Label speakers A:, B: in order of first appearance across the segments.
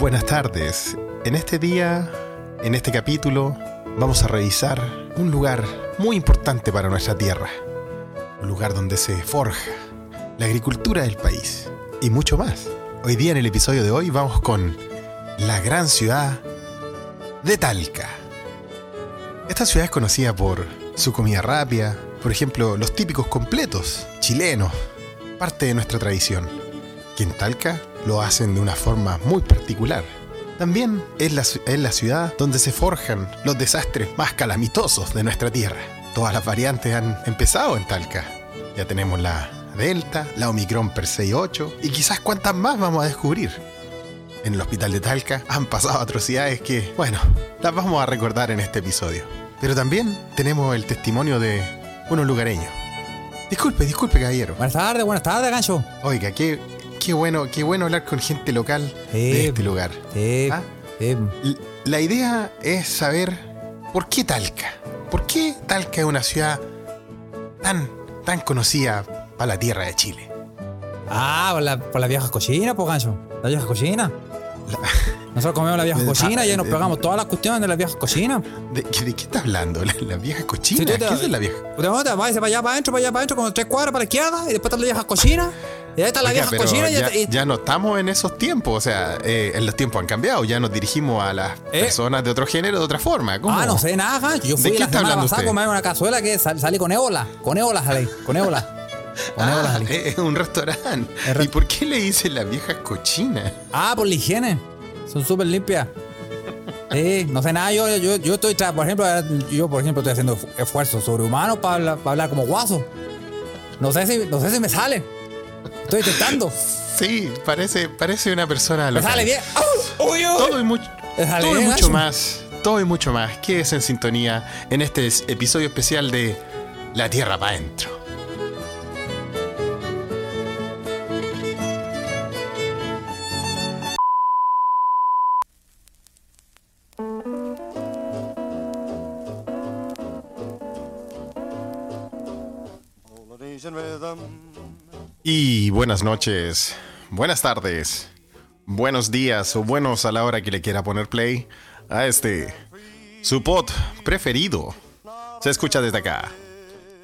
A: buenas tardes. En este día, en este capítulo, vamos a revisar un lugar muy importante para nuestra tierra. Un lugar donde se forja la agricultura del país y mucho más. Hoy día en el episodio de hoy vamos con la gran ciudad de Talca. Esta ciudad es conocida por su comida rápida, por ejemplo, los típicos completos chilenos, parte de nuestra tradición, que en Talca lo hacen de una forma muy particular. También es la, es la ciudad donde se forjan los desastres más calamitosos de nuestra tierra. Todas las variantes han empezado en Talca. Ya tenemos la Delta, la Omicron per 68 y quizás cuántas más vamos a descubrir. En el hospital de Talca han pasado atrocidades que, bueno, las vamos a recordar en este episodio. Pero también tenemos el testimonio de unos lugareños. Disculpe, disculpe, caballero.
B: Buenas tardes, buenas tardes, gancho.
A: Oiga, qué, qué bueno, qué bueno hablar con gente local de
B: Sí.
A: este lugar.
B: Sí,
A: ¿Ah?
B: sí.
A: L- La idea es saber por qué Talca. ¿Por qué Talca es una ciudad tan, tan conocida para la tierra de Chile?
B: Ah, por, la, por las viejas cochinas, pues, gancho. Las viejas cochinas. Nosotros comemos las viejas
A: Ah,
B: cochinas y ya nos
A: eh,
B: pegamos todas las cuestiones de las viejas cochinas.
A: ¿De, de qué está hablando? ¿La, la vieja cochina?
B: Si tú te-
A: ¿Qué es la vieja?
B: Puta onda, vais para allá, para adentro, para allá, para adentro, como tres cuadras para la izquierda y después están las viejas cochinas. Y ahí están las
A: Oiga,
B: viejas
A: pero
B: cochinas y este,
A: ya,
B: y-
A: ya no estamos en esos tiempos, o sea, eh, en los tiempos han cambiado, ya nos dirigimos a las
B: Eh.
A: personas de otro género de otra forma. ¿Cómo?
B: Ah, no sé nada, gancho. Yo
A: ¿De
B: fui
A: qué
B: la
A: está
B: semana
A: hablando
B: pasada a
A: usted?
B: comer una cazuela que sal- salí con ébola. Con ébola salí, con ébola. Con ébola
A: Ah,
B: salí.
A: es es un restaurante.
B: Es re-
A: ¿Y por qué le dicen las viejas cochinas?
B: Ah, por la higiene. Son súper limpias. Sí, no sé nada, yo, yo, yo estoy, tra- por ejemplo, eh, yo por ejemplo estoy haciendo fu- esfuerzos sobrehumanos para hablar, para hablar como guaso. No sé si, no sé si me sale. Estoy intentando.
A: Sí, parece, parece una persona
B: Me
A: local.
B: sale Pues bien. ¡Au! ¡Uy, uy!
A: Todo y mucho,
B: Me sale
A: todo y
B: bien,
A: mucho
B: gacho.
A: más. Todo y mucho más. Quédese en sintonía en este es- episodio especial de La Tierra para adentro.
C: Holidays in rhythm.
A: Y buenas noches, buenas tardes, buenos días o buenos a la hora que le quiera poner play a este su pod preferido. Se escucha desde acá.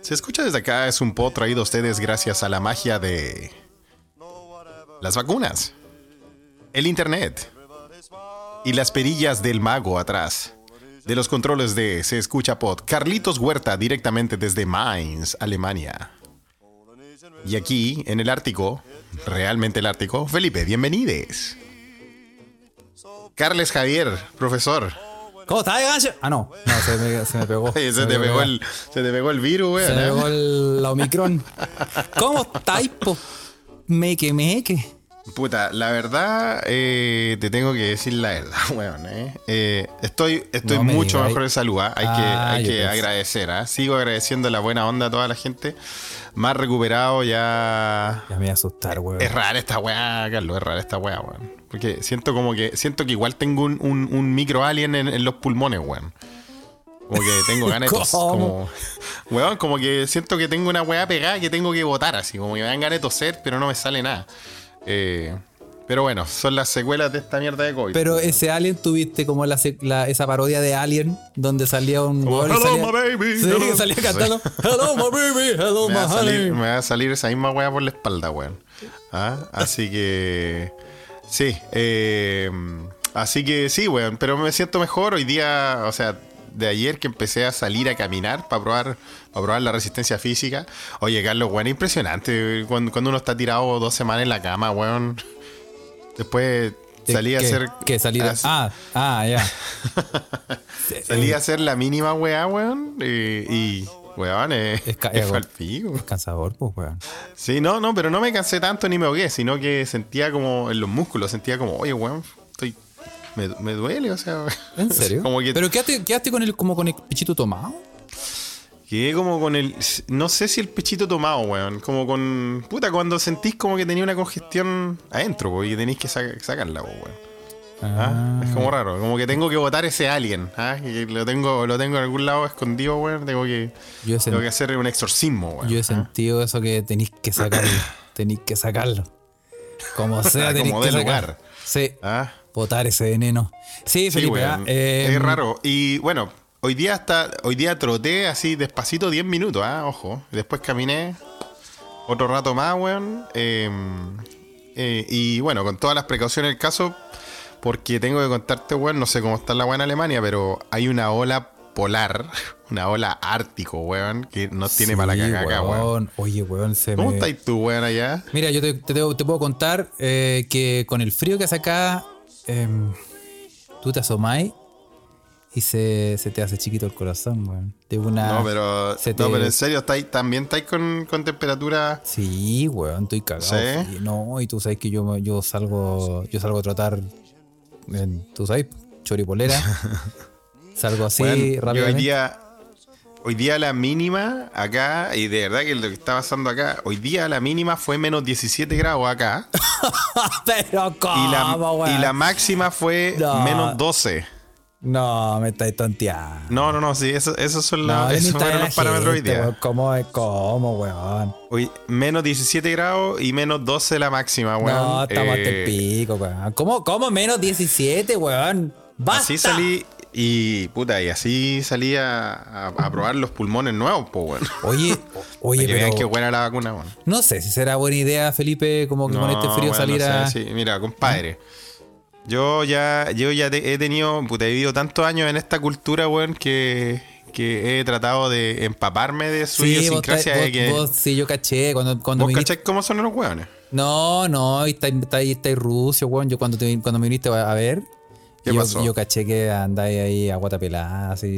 A: Se escucha desde acá es un pod traído a ustedes gracias a la magia de las vacunas, el internet y las perillas del mago atrás. De los controles de Se escucha pod, Carlitos Huerta directamente desde Mainz, Alemania. Y aquí, en el Ártico, realmente el Ártico, Felipe, bienvenides. Carles Javier, profesor.
B: ¿Cómo estás, gancho? Ah, no. No, se me, se me pegó.
A: Oye, se
B: me
A: te pegó el, se te pegó el virus, weón.
B: Se me
A: ¿eh?
B: pegó el, la Omicron. ¿Cómo estáis, po? Meque, meque.
A: Puta, la verdad, eh, te tengo que decir la verdad, weón. ¿eh? Eh, estoy estoy
B: No me
A: mucho
B: digas.
A: mejor de salud, ¿ah? hay
B: Ah,
A: que, hay
B: yo
A: que
B: pensé.
A: agradecer. ¿ah? Sigo agradeciendo la buena onda a toda la gente. Más recuperado ya.
B: Ya me voy a asustar, weón.
A: Es rara esta weá, Carlos, es rara esta weá, weón. Porque siento como que, siento que igual tengo un, un, un micro alien en, en los pulmones, weón. Como que tengo ganas de tos-
B: ¿Cómo?
A: Como, weón, como que siento que tengo una weá pegada que tengo que botar así. Como que me dan ganas de toser, pero no me sale nada. Eh, pero bueno, son las secuelas de esta mierda de COVID.
B: Pero ese Alien tuviste como la, sec- la- esa parodia de Alien donde salía un
A: Como,
B: weón y
A: "Hello,
B: salía-
A: my baby,
B: Sí,
A: hello".
B: salía
A: Sí.
B: cantando Hello my baby, hello
A: me,
B: my
A: va a salir,
B: honey.
A: me va a salir esa misma weá por la espalda, weón. Ah, Así que. Sí. eh, así que sí, weón. Pero me siento mejor hoy día, o sea, de ayer que empecé a salir a caminar para probar, para probar la resistencia física. Oye, Carlos, weón, impresionante. Cuando, cuando uno está tirado dos semanas en la cama, weón. Después salí a
B: ¿Qué-
A: hacer.
B: qué salida?
A: a-
B: Ah, eh. ah, ya.
A: salí a hacer la mínima weá, weón. Y. y, weón, eh,
B: Es ca-
A: es
B: eh,
A: pa'l pico.
B: Cansador, pues weón.
A: Sí, no, no, pero no me cansé tanto ni me ahogué, sino que sentía como en los músculos, sentía como, oye, weón, estoy. Me, me duele, o sea.
B: ¿En serio?
A: Como que
B: Pero quedaste, quedaste con el como con el pichito tomado.
A: quedé como con el. No sé si el pechito tomado, weón. Como con. Puta, cuando sentís como que tenía una congestión adentro, po, y que tenéis que saca- sacarla, po, weón. ¿Ah? Es como raro, como que tengo que botar ese alien, ¿ah? Que lo tengo, lo tengo en algún lado escondido, weón. Tengo que,
B: Yo he, sen-
A: tengo que hacer un exorcismo, weón.
B: yo he
A: ¿ah?
B: sentido eso que tenéis que sacarlo. Tenéis que sacarlo. Como sea, tenéis
A: Ah, Como
B: que
A: dé
B: sacarlo.
A: lugar.
B: Sí.
A: Ah,
B: Botar ese veneno.
A: Sí,
B: Sí, Felipe.
A: weón.
B: ah, eh,
A: es raro. Y bueno, hoy día hasta, hoy día troté así despacito 10 minutos, ah, ojo. Después caminé otro rato más, weón. Eh, eh, y bueno, con todas las precauciones del caso, porque tengo que contarte, weón, no sé cómo está la weón en Alemania, pero hay una ola polar, una ola ártico, weón, que nos tiene
B: sí,
A: para la cagada, acá, weón.
B: Oye, weón, se
A: ¿Cómo
B: me...
A: estáis tú, weón, allá?
B: Mira, yo te, te debo- te puedo contar eh, que con el frío que hace acá, em, tú te asomáis y se, se te hace chiquito el corazón, weón. De una...
A: No, pero,
B: se
A: no,
B: te-
A: pero en serio, estáis- también estáis con, con temperatura.
B: Sí, weón, estoy cagado.
A: ¿Sí?
B: sí. No, y tú sabes que yo, yo salgo yo salgo a tratar, en, tú sabes, choripolera. salgo así,
A: Weón, yo hoy
B: rápidamente.
A: día, hoy día la mínima acá, y de verdad que lo que está pasando acá, hoy día la mínima fue menos 17 grados acá,
B: pero
A: y, la,
B: cómo,
A: y
B: Ah, weón.
A: la máxima fue
B: No.
A: menos 12.
B: No, me estáis tonteando.
A: No, no, no, sí, eso- esos son la-
B: No, es
A: esos
B: mitad de
A: fueron
B: la
A: los parámetros hoy
B: gente,
A: día.
B: weón. ¿Cómo, es? ¿Cómo, weón?
A: Hoy, menos 17 grados y menos 12 la máxima, weón.
B: no, estamos hasta
A: Eh,
B: el pico, weón. ¿Cómo, cómo menos 17, weón? ¡Basta!
A: Así salí y puta, y así salí a, a- a probar los pulmones nuevos, pues bueno.
B: Oye, oye,
A: Para que vean que
B: pero
A: buena la vacuna, bueno.
B: no sé si será buena idea, Felipe, como que con este frío
A: bueno,
B: salir
A: no sé,
B: a...
A: sí, mira, compadre. Yo ya, yo ya te- he tenido, puta, he vivido tantos años en esta cultura, weón, que, que he tratado de empaparme de su
B: vos,
A: idiosincrasia.
B: estáis-
A: de que,
B: vos- vos- sí, yo caché. Cuando, cuando
A: ¿Vos
B: me viniste.
A: cachai cómo son los weones?
B: No, no, y estáis estáis- estáis rucio, weón. Yo cuando, te- cuando me viniste a a ver,
A: ¿Qué
B: yo,
A: pasó?
B: yo caché que andáis ahí a guata pelada, así,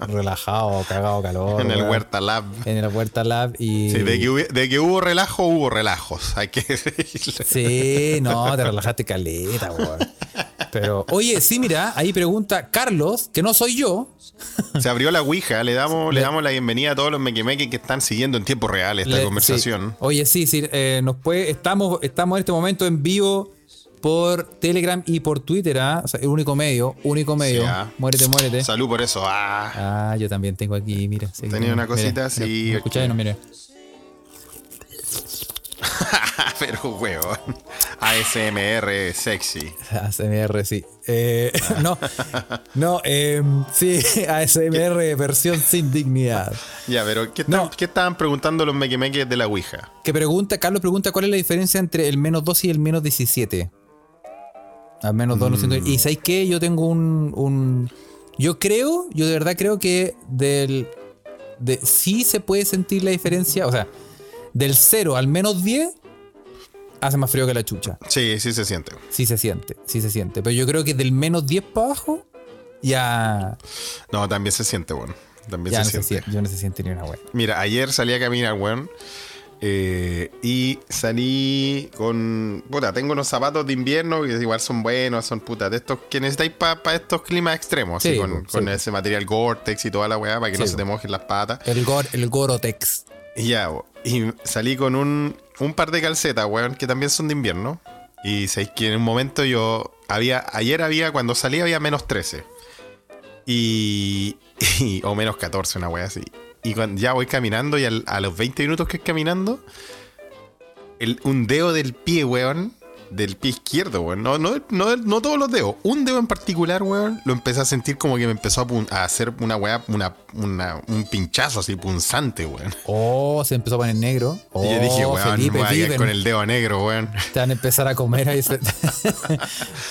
B: relajado, cagado calor.
A: en el
B: weón.
A: Huerta Lab.
B: En el Huerta Lab y.
A: Sí, de que, hubi- de que hubo relajo, hubo relajos. Hay que decirle.
B: Sí, no, te relajaste caleta, weón. Pero, oye, sí, mira, ahí pregunta Carlos, que no soy yo,
A: Se abrió la Ouija, le damos, le damos la bienvenida a todos los mequimeques que están siguiendo en tiempo real esta
B: Le-
A: conversación.
B: sí. Oye, sí, sí, eh, nos puede, estamos, estamos en este momento en vivo por Telegram y por Twitter, ¿ah? O sea, el único medio, único medio.
A: ah.
B: Muérete, muérete.
A: Salud por eso. Ah,
B: Ah, yo también tengo aquí, mira. sí,
A: Tenía
B: mira,
A: una cosita,
B: mira,
A: sí,
B: mira, ¿me escucháis o no, mira.
A: pero huevón. ASMR sexy.
B: ASMR, sí. Eh, no, no, eh, sí, ASMR versión sin dignidad.
A: Ya, pero ¿qué, están-
B: No.
A: qué estaban preguntando los mequimeques de la Ouija?
B: Que pregunta, Carlos pregunta cuál es la diferencia entre el menos 2 y el menos 17. Al menos 2 no siento.
A: Mm.
B: Y ¿sabéis qué? Yo tengo un, un- Yo creo, yo de verdad creo que del. De, sí se puede sentir la diferencia. O sea, del 0 al menos 10 hace más frío que la chucha.
A: Sí, sí se siente.
B: Sí se siente, sí se siente. Pero yo creo que del menos 10 para abajo ya,
A: No, también se siente, weón. También
B: ya no
A: se
B: se
A: siente.
B: siente. Yo no se siente ni una wea.
A: Mira, ayer salí a caminar, weón. eh, y salí con. Puta, tengo unos zapatos de invierno que igual son buenos, son putas. De estos que necesitáis para estos climas extremos.
B: Sí,
A: así, con,
B: po,
A: con
B: sí.
A: ese material Gore-Tex y toda la weá, para que
B: Sí,
A: no
B: po.
A: se te mojen las patas.
B: El, gor, el Gorotex.
A: Y ya, bo. y salí con un, un par de calcetas, weón, que también son de invierno. Y sabéis que en un momento yo había, ayer había, cuando salí había menos 13. Y, y- o menos 14, una wea así. Y cuan- ya voy caminando y al- a los 20 minutos que es caminando, el, un dedo del pie, weón, del pie izquierdo, weón, no, no, no, no todos los dedos, un dedo en particular, weón, lo empecé a sentir como que me empezó a, pun- a hacer una wea, una, una- un pinchazo así punzante, weón.
B: Oh, se empezó a poner negro. Oh,
A: Y yo dije, weón,
B: Felipe,
A: me voy a quedar
B: viven.
A: con el dedo negro, weón.
B: Te van a empezar a comer ahí. se-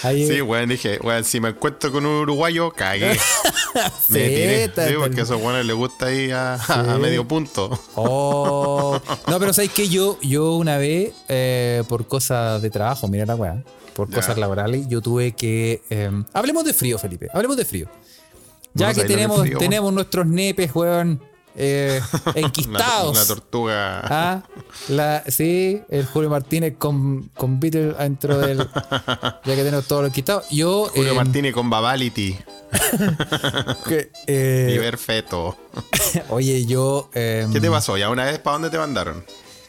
B: ahí
A: Sí, weón, dije, weón, si me encuentro con un uruguayo, cagué. Me tiré.
B: Zeta,
A: Sí, porque
B: Felipe.
A: a esos weones les gusta ahí a, a medio punto.
B: Oh. No, pero ¿sabes qué? Yo, yo una vez, eh, por cosas de trabajo, mira la weá, por
A: Ya.
B: cosas laborales, yo tuve que. eh, hablemos de frío, Felipe, hablemos de frío.
A: Bueno,
B: Ya que
A: ahí lo que es
B: tenemos,
A: frío.
B: tenemos nuestros nepes, weón, eh,
A: Una, una
B: enquistados.
A: tortuga.
B: Ah, la, sí, el Julio Martínez con, con Beatle dentro del. Ya que tenemos todo lo quitado. Yo.
A: Julio
B: eh,
A: Martínez con Babality.
B: que, eh,
A: y ver feto.
B: Oye, yo. em,
A: ¿Qué te pasó? ¿Ya una vez para dónde te mandaron?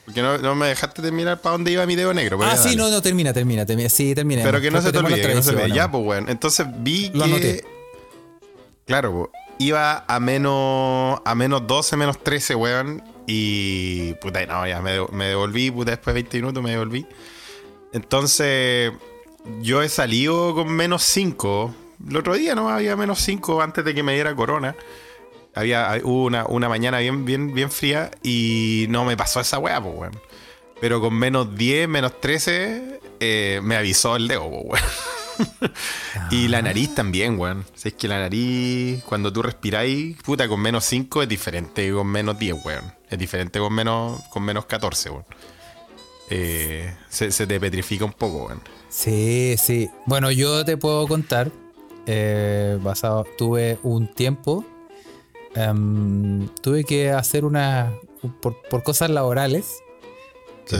A: Porque no, no me dejaste terminar para dónde iba mi dedo negro. pero
B: Ah,
A: ya
B: sí,
A: dale.
B: no, no, termina, termina, termina. Sí, termina.
A: Pero que no se te
B: Respetemos
A: olvide, que no se
B: las
A: te olvide. Ya,
B: tradiciones.
A: pues, weón. Entonces vi que.
B: Lo anoté.
A: Claro, po. Iba a menos, a menos 12, menos 13, weón. Y. pues, Puta, no, ya me, de- me devolví, puta, después de 20 minutos me devolví. Entonces. Yo he salido con menos 5. El otro día no había menos 5 antes de que me diera corona. Había hay- hubo una, una mañana bien, bien, bien fría y no me pasó esa weá, pues weón. Pero con menos 10, menos 13, eh, me avisó el dedo, pues weón. Y la nariz también, weón. Si es que la nariz, cuando tú respiráis, puta, con menos 5 es diferente que con menos 10, weón. Es diferente con menos, con menos 14, weón. Eh, se, se te petrifica un poco, weón.
B: Ah. Sí, sí. Bueno, yo te puedo contar. eh, basado, tuve un tiempo. em, tuve que hacer una. Por, por cosas laborales.
A: Sí.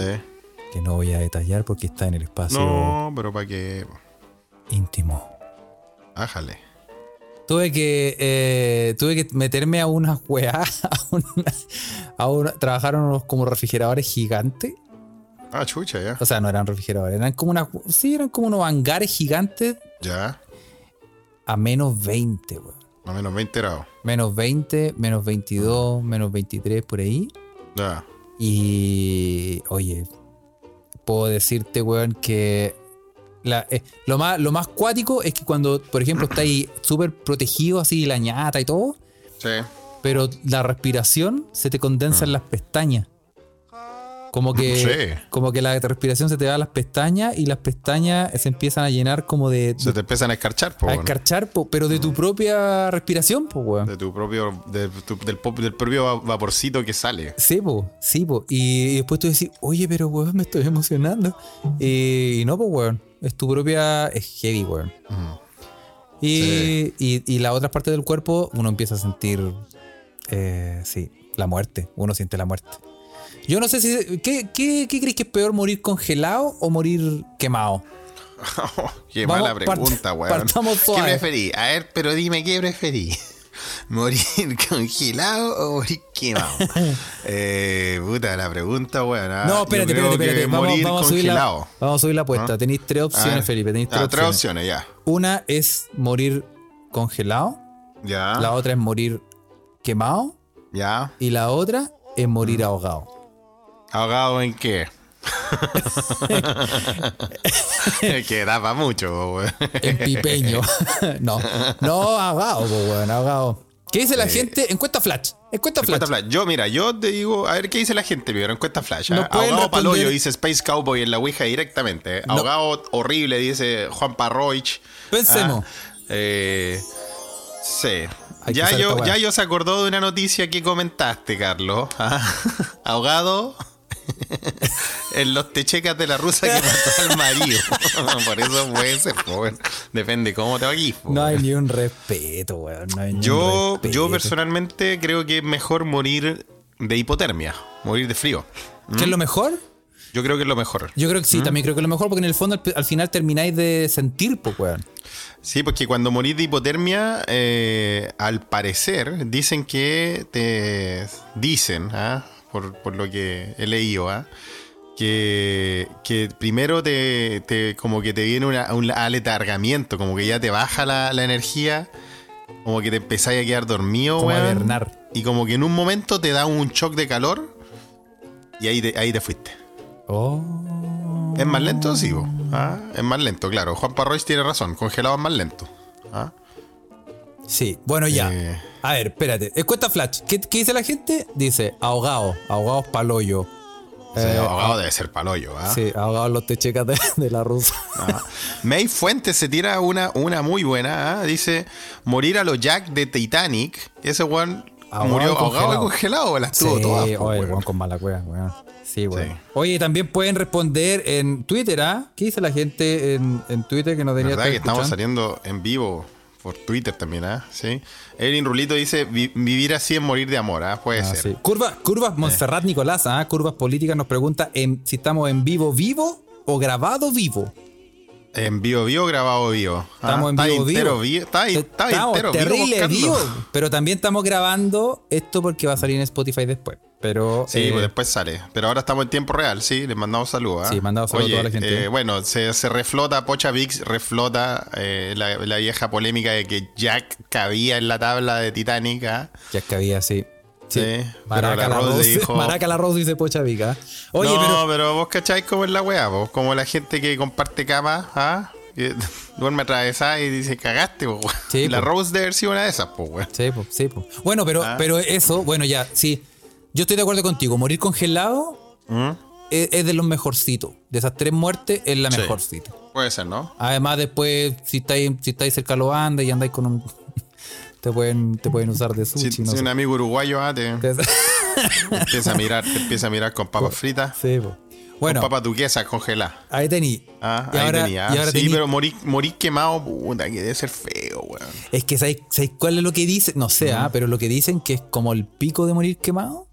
B: Que no voy a detallar porque está en el espacio
A: No, pero para que.
B: íntimo.
A: Ájale.
B: Tuve que, eh, tuve que meterme a unas weas, a una, a una- trabajaron unos como refrigeradores gigantes.
A: Ah, chucha, ya.
B: O sea, no eran refrigeradores, eran como unas, sí, eran como unos hangares gigantes
A: Ya.
B: a menos 20, weón.
A: Más o menos 20 grados.
B: Menos 20, menos 22, menos 23 por ahí.
A: Ya.
B: Y, oye, puedo decirte, weón, que la- eh, lo, más, lo más cuático es que cuando, por ejemplo, estáis súper protegido así, la ñata y todo,
A: Sí.
B: pero la respiración se te condensa en las pestañas. Como que,
A: Mm. Sí.
B: como que la respiración se te va a las pestañas y las pestañas se empiezan a llenar como de,
A: Se te Mm. empiezan a escarchar, po,
B: a
A: weón.
B: escarchar, po, pero de tu propia respiración, pues, weón.
A: De tu propio. de tu- del, pop- del propio va- vaporcito que sale.
B: Sí, po, sí, po. Y después tú decís, oye, pero weón, me estoy emocionando. Y, no, pues, weón. Es tu propia. Es heavy, weón. Y,
A: Sí.
B: y, y la otra parte del cuerpo, uno empieza a sentir. eh, sí, la muerte. Uno siente la muerte. Yo no sé si. ¿Qué, qué, qué crees que es peor, morir congelado o morir quemado?
A: Oh, Qué
B: Vamos,
A: mala pregunta,
B: part-
A: weón.
B: partamos
A: ¿Qué
B: suave.
A: preferí? A ver, pero dime, ¿qué preferí? ¿Morir congelado o morir quemado? eh, puta, la pregunta, weón. ah,
B: no,
A: yo
B: espérate,
A: creo
B: espérate,
A: que
B: espérate. Vamos,
A: Morir
B: vamos a subir
A: congelado.
B: la, vamos a subir la apuesta.
A: ¿Ah?
B: Tenéis tres opciones,
A: ver,
B: Felipe. Tenéis tres
A: ah, tres
B: opciones.
A: opciones, ya.
B: Una es morir congelado.
A: Ya.
B: La otra es morir quemado.
A: Ya.
B: Y la otra es
A: Mm.
B: morir ahogado.
A: ¿Ahogado en qué? que da pa' mucho, po, weón.
B: En pipeño. no, no ahogado, po, weón, ahogado. ¿Qué dice la gente? Encuesta flash. Encuesta flash.
A: Encuesta Flash. Yo, mira, yo te digo, a ver qué dice la gente primero. Encuesta Flash. ¿eh?
B: No pueden
A: Ahogado
B: responder-
A: Paloyo dice Space Cowboy en la Ouija directamente. ¿eh?
B: No.
A: Ahogado horrible dice Juan Parroich.
B: Pensemos.
A: Ah, eh, sí.
B: Hay que
A: Ya
B: usar esta
A: yo,
B: weá.
A: ya yo se acordó de una noticia que comentaste, Carlos. Ah, Ahogado en los techecas de la rusa que mató al marido. Por eso puede ser, po, bueno. Depende cómo te va aquí. po.
B: No hay ni un respeto, weón. No hay ni un
A: Yo,
B: respeto.
A: yo personalmente creo que es mejor morir de hipotermia, morir de frío.
B: ¿Qué
A: ¿Mm?
B: es lo mejor?
A: Yo creo que es lo mejor.
B: Yo creo que sí, también creo que es lo mejor porque en el fondo al, al final termináis de sentir, pues, weón.
A: Sí, porque cuando morís de hipotermia, eh, al parecer, dicen que te dicen, ¿ah? por, por lo que he leído, ¿ah? que, que primero te, te- como que te viene una- un aletargamiento, como que ya te baja la, la energía, como que te empezáis a quedar dormido,
B: Como a
A: weón,
B: hibernar.
A: y como que en un momento te da un shock de calor y ahí te, ahí te fuiste.
B: Oh.
A: ¿Es más lento? Sí, po. ¿Ah? es más lento, claro. Juan Parrois tiene razón, congelado es más lento. ¿ah?
B: Sí, bueno, ya.
A: Eh.
B: A ver, espérate. Encuesta flash. ¿Qué, qué dice la gente? Dice ahogado, ahogados paloyo.
A: Sí, abogado debe ser paloyo, ¿ah?
B: Eh, Sí, ahogados los techecas de, de la rusa.
A: Ah. May Fuentes se tira una, una muy buena, ¿ah? Dice, morir a los Jack de Titanic. Ese weón
B: Ahogado y
A: murió ahogado y
B: congelado.
A: congelado, las
B: Sí,
A: tuvo todas.
B: oye,
A: po, weón.
B: weón, con mala cueva, weón. Sí, weón.
A: Sí.
B: Oye, también pueden responder en Twitter, ¿ah? ¿Qué dice la gente en, en Twitter que no tenía
A: verdad que estamos saliendo en vivo por Twitter también, ¿ah? Sí. Erin Rulito dice, "Vi- vivir así es morir de amor, ¿ah? Puede ser.
B: Curvas, curvas Montserrat Nicolás, ¿ah? Curvas Políticas nos pregunta en- si estamos en vivo vivo o grabado vivo.
A: En vivo, vivo, grabado, vivo. Ah,
B: Estamos en
A: está
B: vivo,
A: entero,
B: vivo.
A: vi- Está, está
B: Estamos
A: entero, vivo
B: terrible
A: buscando.
B: vivo. Pero también estamos grabando esto porque va a salir en Spotify después. Pero
A: Sí,
B: eh,
A: pues después sale. Pero ahora estamos en tiempo real, sí. Les mandamos saludos. ¿ah?
B: Sí, mandamos saludos a
A: Oye,
B: toda la gente.
A: eh, bueno, se, se reflota, Pocha Vix reflota eh, la, la vieja polémica de que Jack cabía en la tabla de Titanic. ¿ah?
B: ya es que había, sí. Sí.
A: Sí, pero
B: Maraca
A: la
B: la,
A: Rose
B: Rose,
A: dijo-
B: Maraca la Rose dice Pocha Vica. Oye,
A: no,
B: pero
A: pero... vos cacháis cómo es la weá, vos. Como la gente que comparte cama, ¿ah? Y, Duerme me atravesaba y dice, cagaste, po, weón.
B: Sí,
A: la
B: po.
A: Rose debe haber sido una de esas, po, weón.
B: Sí, po, sí, po. Bueno, pero,
A: Ah.
B: pero eso, bueno, ya, sí. Yo estoy de acuerdo contigo. Morir congelado
A: ¿Mm?
B: es, es de los mejorcitos. De esas tres muertes, es la
A: Sí.
B: mejorcita.
A: Puede ser, ¿no?
B: Además, después, si estáis, si estáis cerca de los Andes y andáis con un. Te pueden, te pueden usar de
A: Si,
B: sushi,
A: si
B: no sé.
A: un amigo uruguayo ah, te,
B: Te-
A: te empieza a mirar, te empieza a mirar con papas fritas,
B: Sí, po. Bueno,
A: con papas duquesas congeladas.
B: ahí tení.
A: Ah,
B: Y
A: ahí
B: ahora-
A: tenía.
B: y ahora
A: sí,
B: tení-
A: pero morir, morir quemado, puta, que debe ser feo, weón.
B: Es que, ¿sabéis sabéis cuál es lo que dicen? No
A: Mm.
B: sé, ah, pero lo que dicen que es como el pico de morir quemado.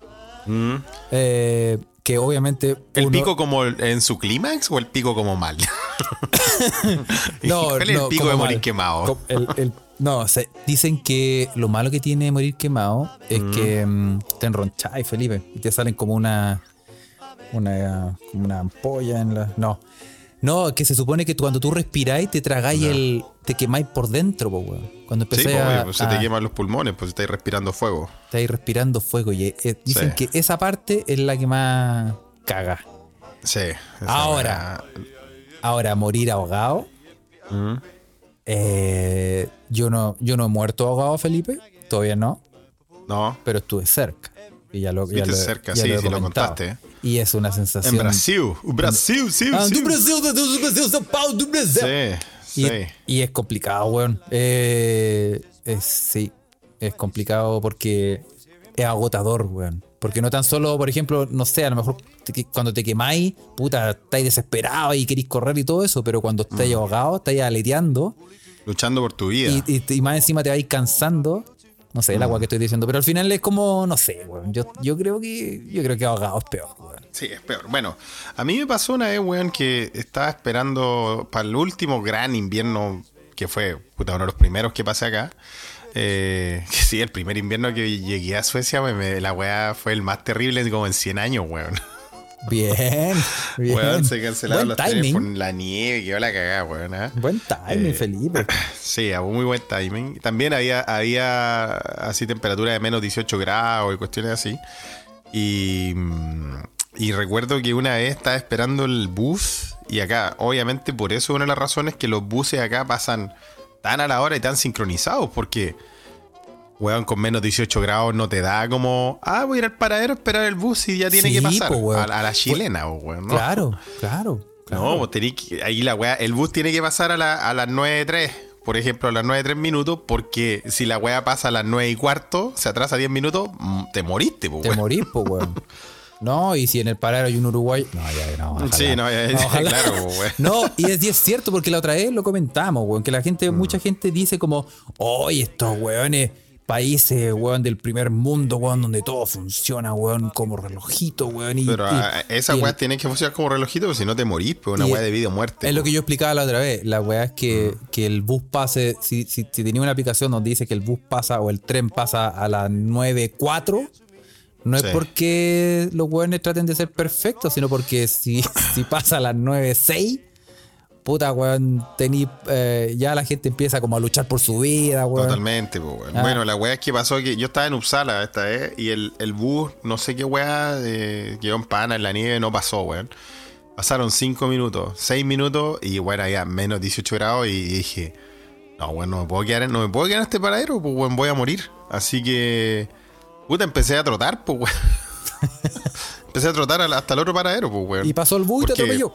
B: Eh, que obviamente.
A: Mm. ¿El
B: uno-
A: pico como el- en su clímax o el pico como mal?
B: No,
A: ¿Cuál es el
B: no,
A: pico de
B: como
A: morir
B: mal.
A: quemado?
B: Co- el- el- no, o sea, dicen que lo malo que tiene morir quemado es que mm, te enroncháis, Felipe. Y te salen como una. Una, como una ampolla en la. No. No, que se supone que tú- cuando tú respiráis te tragáis el. te quemáis por dentro, po, weón. Cuando
A: Sí,
B: empezáis
A: pues,
B: a-
A: obvio, pues, se
B: a-
A: te queman los pulmones, pues estáis respirando fuego.
B: estáis respirando fuego. Y eh, eh, dicen
A: Sí.
B: que esa parte es la que más caga.
A: Sí. esa
B: Ahora.
A: weá.
B: Ahora, morir ahogado.
A: Mm.
B: eh, yo, no, yo no he muerto ahogado, Felipe. Todavía no.
A: No.
B: Pero estuve cerca. Y ya lo, ya
A: Estuviste
B: lo-
A: cerca,
B: ya
A: sí,
B: he
A: sí, lo
B: comentado.
A: contaste. ¿eh?
B: Y es una sensación.
A: En Brasil. Brasil, sí,
B: Ah,
A: sí.
B: do Brasil, do- do- do Brasil, São Paulo, do Brasil.
A: Sí,
B: Y,
A: sí.
B: y es complicado, weón. Eh, es- sí, es complicado porque es agotador, weón. Porque no tan solo, por ejemplo, no sé, a lo mejor te que- cuando te quemáis, puta, estáis desesperados y queréis correr y todo eso, pero cuando estáis
A: Mm.
B: ahogados, estáis aleteando
A: Luchando por tu vida.
B: y, y- y más encima te vais cansando. No sé, el agua que estoy diciendo, pero al final es como, no sé, weón. Yo, yo creo que yo creo que ahogado es peor, weón.
A: Sí, es peor. Bueno, a mí me pasó una vez, weón, que estaba esperando para el último gran invierno, que fue puta, uno de los primeros que pasé acá. Eh, que sí, el primer invierno que llegué a Suecia, weón, me- la weá fue el más terrible como en 100 años, weón.
B: Bien, bien.
A: Weón, se cancelaron los
B: Buen
A: trenes por
B: timing.
A: la nieve, quedó la cagada, weón. ¿ah?
B: Buen timing,
A: Eh,
B: Felipe.
A: Sí, a muy buen timing. También había, había así temperatura de menos 18 grados y cuestiones así. Y, mm, y recuerdo que una vez estaba esperando el bus y acá, obviamente por eso una de las razones que los buses acá pasan tan a la hora y tan sincronizados, porque, weón, con menos 18 grados no te da como, ah, voy a ir al paradero a esperar el bus y ya tiene
B: Sí,
A: que pasar.
B: po, weón.
A: a, la- a la chilena, weón. ¿no?
B: Claro, claro. claro.
A: No, pues, vos tenés que- ahí la weá, el bus tiene que pasar a, la- a las 9.3, por ejemplo, a las 9.3 minutos, porque si la weá pasa a las 9 y cuarto, se atrasa 10 minutos, mm, te moriste, po,
B: Te
A: weón.
B: morís, po, weón. No, y si en el paradero hay un uruguayo. No, ya, no. ojalá.
A: Sí, no, ya- ya,
B: ojalá.
A: claro, po, weón.
B: No, y es, y es cierto, porque la otra vez lo comentamos, weón, que la gente,
A: Mm.
B: mucha gente dice como, oye, estos weones, países, weón, del primer mundo, weón, donde todo funciona, weón, como relojito, weón. Y,
A: Pero
B: y-
A: a- a- esa
B: y
A: weá tiene que funcionar como relojito, porque si no te morís, pues una
B: Y
A: weá
B: el-
A: de vida o muerte.
B: Es
A: po.
B: lo que yo explicaba la otra vez. La weá es que,
A: Mm.
B: que el bus pase. Si, si, si tenía una aplicación donde dice que el bus pasa o el tren pasa a las 9.4, no
A: Sí.
B: es porque los weones traten de ser perfectos, sino porque si, si pasa a las 9.6, puta weón, tení, eh, ya la gente empieza como a luchar por su vida, weón.
A: Totalmente, po, weón.
B: Ah.
A: Bueno, la weá es que pasó que yo estaba en Uppsala esta vez y el, el bus, no sé qué weá, eh, quedó en pana en la nieve, no pasó, weón. Pasaron 5 minutos, 6 minutos y bueno, había menos 18 grados y dije, no, weón, no me puedo quedar en, no me puedo quedar en este paradero, pues weón, voy a morir. Así que, puta, empecé a trotar, pues weón. empecé a trotar al- hasta el otro paradero, pues weón.
B: Y pasó el bus y te
A: Porque-
B: atropelló.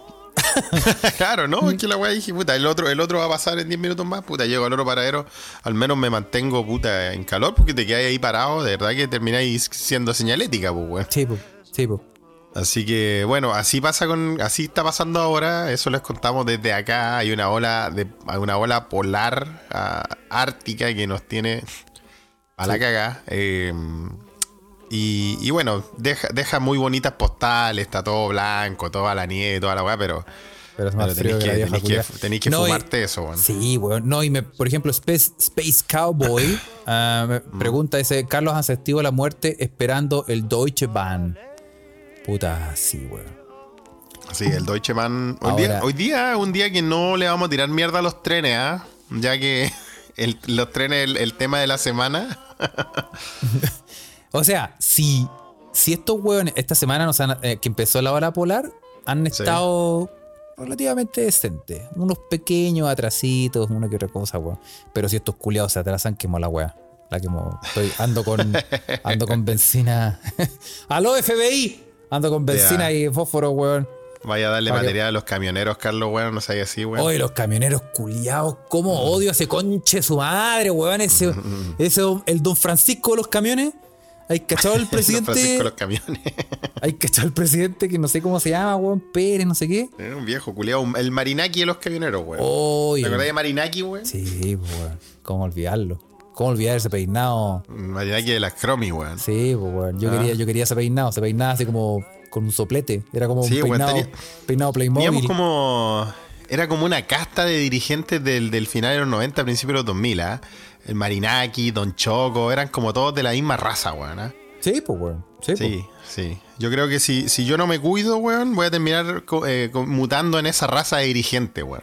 A: Claro, no, es que la weá dije, puta, el otro, el otro va a pasar en 10 minutos más, puta, llego al otro paradero, al menos me mantengo, puta, en calor, porque te quedáis ahí parado, de verdad que termináis siendo señalética, pues, weón.
B: Sí, po, sí, po.
A: Así que, bueno, así pasa con, así está pasando ahora, eso les contamos desde acá, hay una ola, de, hay una ola polar, ah, ártica, que nos tiene a la cagá. eh, y, y bueno, deja, deja muy bonitas postales, está todo blanco, toda la nieve, toda la weá, pero...
B: Pero es más
A: Pero
B: frío
A: tenéis
B: que la
A: que,
B: vieja
A: tenéis que,
B: culiá.
A: tenéis que
B: No, y-
A: fumarte eso, weón.
B: Sí, weón. No, y me, por ejemplo, Space, Space Cowboy ah, me pregunta ese, Carlos asistido a la muerte esperando el Deutsche Bahn. Puta, sí, weón.
A: Sí, el Deutsche Bahn. Hoy,
B: Ahora-
A: día, hoy día es un día que no le vamos a tirar mierda a los trenes, ¿ah? Ya que el- los trenes, el, el tema de la semana.
B: O sea, si, si estos weones esta semana nos han, eh, que empezó la hora polar, han estado relativamente decente. Unos pequeños atrasitos, una que otra cosa, weón. Pero si estos culiados se atrasan, quemo la weá. La quemo. Estoy, ando con. Ando con benzina. ¡Aló, FBI! Ando con benzina
A: Ya.
B: y fósforo, weón.
A: Vaya a darle
B: Para que-
A: material a los camioneros, Carlos, weón, no sabía así, weón.
B: Oye, los camioneros culiados, cómo
A: Mm.
B: odio a ese conche su madre, weón. Ese, ese, el don Francisco de los camiones. ¿Hay cachado el
A: Don Francisco
B: presidente?
A: los camiones.
B: ¿Hay cachado el presidente que no sé cómo se llama, weón? Pérez, no sé qué.
A: Era Eh, un viejo culiado. El Marinaki de los camioneros, weón. ¿Te
B: Oye.
A: acordás de Marinaki, weón?
B: Sí, pues, weón. ¿Cómo olvidarlo? ¿Cómo olvidar ese peinado?
A: Marinaki de las Cromi, weón. Sí,
B: Sí, pues, weón.
A: Ah.
B: Yo, quería, yo quería ese peinado. Se peinaba así como con un soplete. Era como
A: Sí,
B: un
A: weón,
B: peinado,
A: tenía-
B: peinado
A: Digamos
B: Playmobil.
A: como. Era como una casta de dirigentes del, del final de los 90, principios de los 2000, ¿ah? El Marinaki, Don Choco, eran como todos de la misma raza, weón. ¿ah?
B: Sí, pues, weón. Sí,
A: Sí, sí. Yo creo que si, si yo no me cuido, weón, voy a terminar co- eh, co- mutando en esa raza de dirigente, weón.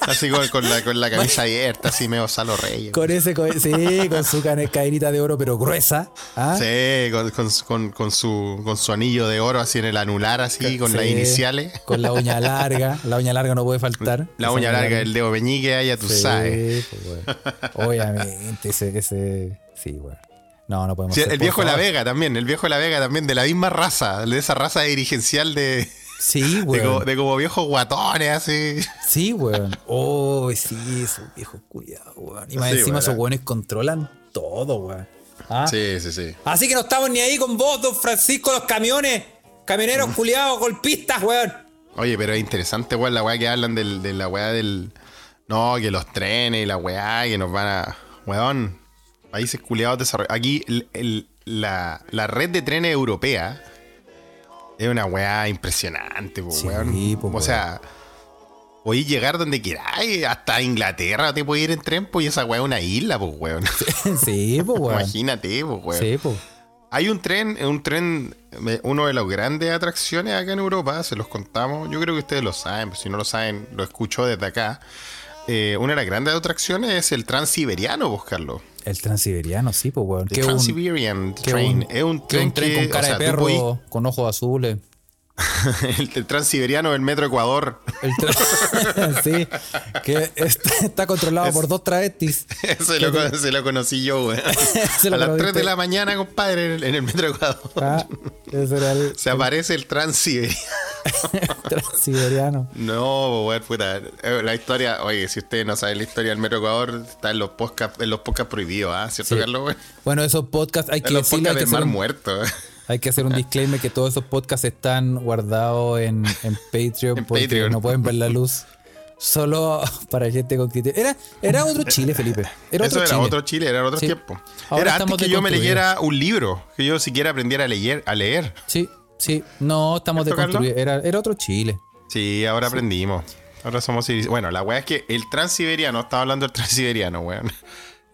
A: así con, con la, con la camisa abierta, así medio Salo Reyes.
B: pues. Con ese, co- sí, con su cane- cadenita de oro, pero gruesa. ¿ah?
A: Sí, con, con- con- con su, con su anillo de oro así en el anular, así, con
B: Sí,
A: las iniciales.
B: Con la uña larga. La uña larga no puede faltar.
A: La
B: Esa
A: uña larga del dedo meñique, ahí ya tú
B: Sí,
A: sabes.
B: pues, weón. Obviamente, ese, ese. Sí, weón. No, no podemos.
A: Sí,
B: hacer,
A: el
B: por
A: viejo de la
B: favor.
A: Vega también, el viejo de la Vega también, de la misma raza, de esa raza dirigencial de,
B: Sí,
A: de,
B: weón.
A: como, de como viejos guatones, así.
B: Sí, weón. Oh, sí, esos viejos culiados, weón. Y más
A: Sí,
B: encima
A: weón.
B: esos weones controlan todo, weón. Ah.
A: Sí, sí, sí.
B: Así que no estamos ni ahí con vos, don Francisco, los camiones.
A: Mm.
B: Camioneros culiados, golpistas, weón.
A: Oye, pero es interesante, weón, la weá que hablan del- de la weá del. No, que los trenes y la weá que nos van a. Weón, países culiados desarrollados. Aquí el- el- la, la red de trenes europea es una weá impresionante, po,
B: Sí,
A: weón.
B: po,
A: o sea, podéis llegar donde queráis, hasta Inglaterra te podéis ir en tren, pues, y esa weá es una isla, pues, weón.
B: sí, pues, weón.
A: Imagínate, pues, weón.
B: Sí, pues.
A: Hay un tren, eh, un tren, me- uno de las grandes atracciones acá en Europa, se los contamos, yo creo que ustedes lo saben, pero si no lo saben, lo escucho desde acá. Eh, una de las grandes atracciones es el transiberiano, buscarlo.
B: El transiberiano, sí, pues, weón.
A: El
B: Que un-
A: Transiberian
B: que
A: Train.
B: un-
A: es un
B: que
A: tren,
B: un tren
A: que-
B: con
A: o
B: cara
A: sea,
B: de
A: tú
B: perro, con ojos azules.
A: podís- el, el transiberiano del Metro Ecuador.
B: El tra- sí, que está, está controlado por dos travestis.
A: Ese lo, con- se lo conocí yo, güey.
B: Se lo
A: A las 3
B: conociste.
A: de la mañana, compadre, en el, en el Metro Ecuador.
B: Ah, ese era el
A: Se aparece el transiberiano.
B: transiberiano.
A: No, weón, puta. Eh, La historia, oye, si ustedes no saben la historia del Metro Ecuador, está en los podcasts, en los podcasts prohibidos, ¿ah? ¿Cierto,
B: Sí.
A: Carlos? weón?
B: Bueno, esos podcasts hay que
A: En los
B: decirlo, hay
A: podcasts
B: que
A: del
B: hacer
A: Mar
B: un-
A: Muerto.
B: Hay que hacer un disclaimer que todos esos podcasts están guardados en, en Patreon
A: En
B: porque
A: Patreon.
B: no pueden ver la luz. Solo para gente con criterio. Era, era otro Chile, Felipe. Era
A: Eso
B: otro
A: era
B: Chile.
A: otro Chile, era otro
B: Sí.
A: tiempo.
B: Ahora
A: era antes
B: estamos
A: que yo me
B: deconstruidos.
A: leyera un libro, que yo siquiera aprendiera a leer. A leer.
B: Sí, sí. No, estamos
A: ¿Esto,
B: deconstruidos. Era, era otro Chile.
A: Sí, ahora aprendimos. Ahora somos civiliz- Bueno, la weá es que el transiberiano, estaba hablando del transiberiano, weón.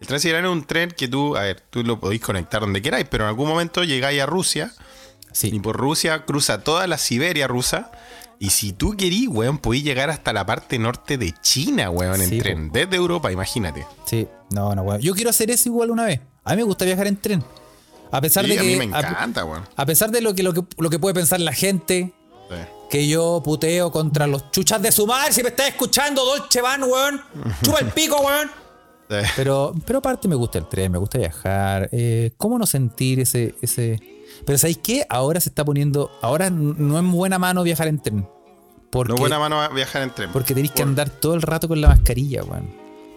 A: El transiberiano es un tren que tú, a ver, tú lo podéis conectar donde queráis, pero en algún momento llegáis a Rusia. Y
B: Sí.
A: por Rusia cruza toda la Siberia rusa. Y si tú querís, weón, podís llegar hasta la parte norte de China, weón, en
B: Sí,
A: tren. Desde Europa, imagínate.
B: Sí, no, no, weón. Yo quiero hacer eso igual una vez. A mí me gusta viajar en tren. A pesar
A: Sí,
B: de
A: a
B: que.
A: mí me
B: a-
A: encanta, weón.
B: a pesar de lo que, lo que lo que puede pensar la gente,
A: Sí.
B: que yo puteo contra los chuchas de su madre, si me estás escuchando, Dolce Van, weón. Chupa el pico, weón.
A: Sí.
B: Pero, pero aparte me gusta el tren, me gusta viajar. eh, ¿Cómo no sentir ese, ese. Pero ¿sabéis qué? Ahora se está poniendo. Ahora n- no es buena mano viajar en tren. Porque,
A: No es buena mano a viajar en tren.
B: porque tenéis que andar todo el rato con la mascarilla, weón.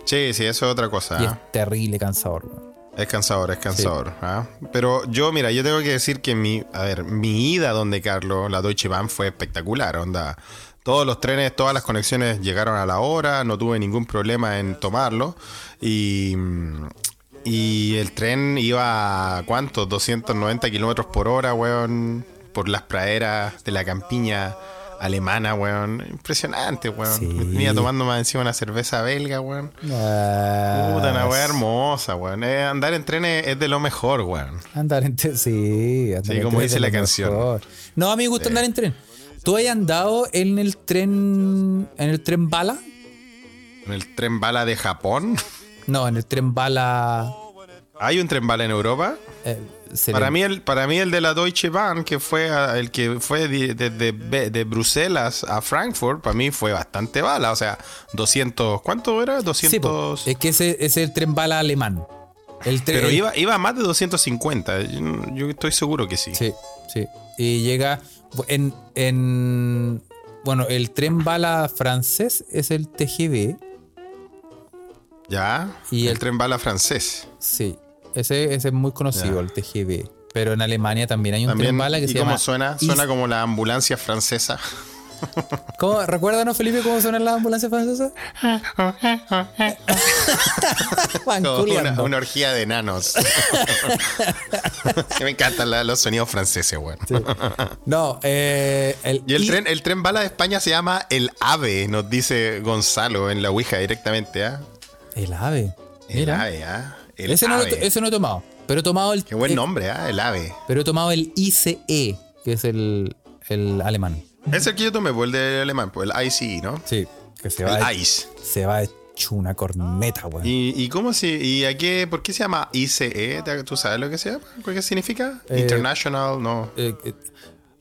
A: Sí, sí, eso es otra cosa.
B: Y
A: ¿ah?
B: es terrible cansador, weón.
A: Es cansador, es cansador. ¿ah? Pero yo, mira, yo tengo que decir que mi, a ver, mi ida donde Carlos, la Deutsche Bahn, fue espectacular, onda. Todos los trenes, todas las conexiones llegaron a la hora, no tuve ningún problema en tomarlo. Y, y el tren iba a cuántos, 290 kilómetros por hora, weón, por las praderas de la campiña alemana, weón. Impresionante, weón.
B: Sí.
A: Me tenía tomando más encima una cerveza belga, weón. Puta, una
B: Ah,
A: weá hermosa, weón. Eh, andar en tren es es de lo mejor, weón.
B: Andar en tren, sí. andar
A: Sí,
B: en
A: como
B: tren
A: dice
B: es lo
A: la canción.
B: mejor. No, a mí me gusta andar en tren. ¿Tú has andado en el tren. en el tren bala?
A: En el tren bala de Japón.
B: No, en el tren bala.
A: ¿Hay un tren bala en Europa?
B: eh, se
A: Para
B: le-
A: mí, el, para mí el de la Deutsche Bahn, que fue a- el que fue di- desde Be- de Bruselas a Frankfurt, para mí fue bastante bala. O sea, 200, ¿cuánto era?
B: Sí, po,
A: 200...
B: es que ese, ese es el tren bala alemán. El tren,
A: pero
B: el-
A: iba, iba a más de 250, yo, yo estoy seguro que sí.
B: Sí, sí. Y llega en, en- bueno, el tren bala francés es el TGV.
A: ¿Ya?
B: Y
A: Y el,
B: el-
A: tren bala francés.
B: Sí, ese, ese es muy conocido,
A: Ya.
B: el TGV. Pero en Alemania también hay un
A: También,
B: tren bala que
A: ¿Y
B: se
A: cómo
B: llama.
A: suena?
B: Is-
A: Suena como la ambulancia francesa.
B: ¿Cómo- recuérdanos, Felipe, cómo suena la ambulancia francesa? Van
A: Como una,
B: culeando.
A: una orgía de enanos. Me encantan la- los sonidos franceses, weón.
B: No, eh, el,
A: Y el,
B: I-
A: tren, el tren bala de España se llama el AVE, nos dice Gonzalo en la Ouija directamente. ¿ah?
B: El ave.
A: El
B: Mira.
A: AVE, ¿ah? El
B: ese, No lo,
A: AVE.
B: he- ese no he tomado. Pero he tomado el.
A: Qué buen
B: eh,
A: nombre, ¿ah? el AVE.
B: pero he tomado el ICE, que es el, el alemán.
A: Es el que yo tomé, pues el de alemán, pues el ICE, ¿no?
B: Sí, que se va.
A: El
B: de-
A: ICE.
B: se va hecho una corneta, weón.
A: ¿Y, y cómo se, y a qué, por qué se llama ICE? ¿Te- ¿Tú sabes lo que se llama? ¿Qué significa?
B: Eh,
A: International, no.
B: Eh, eh,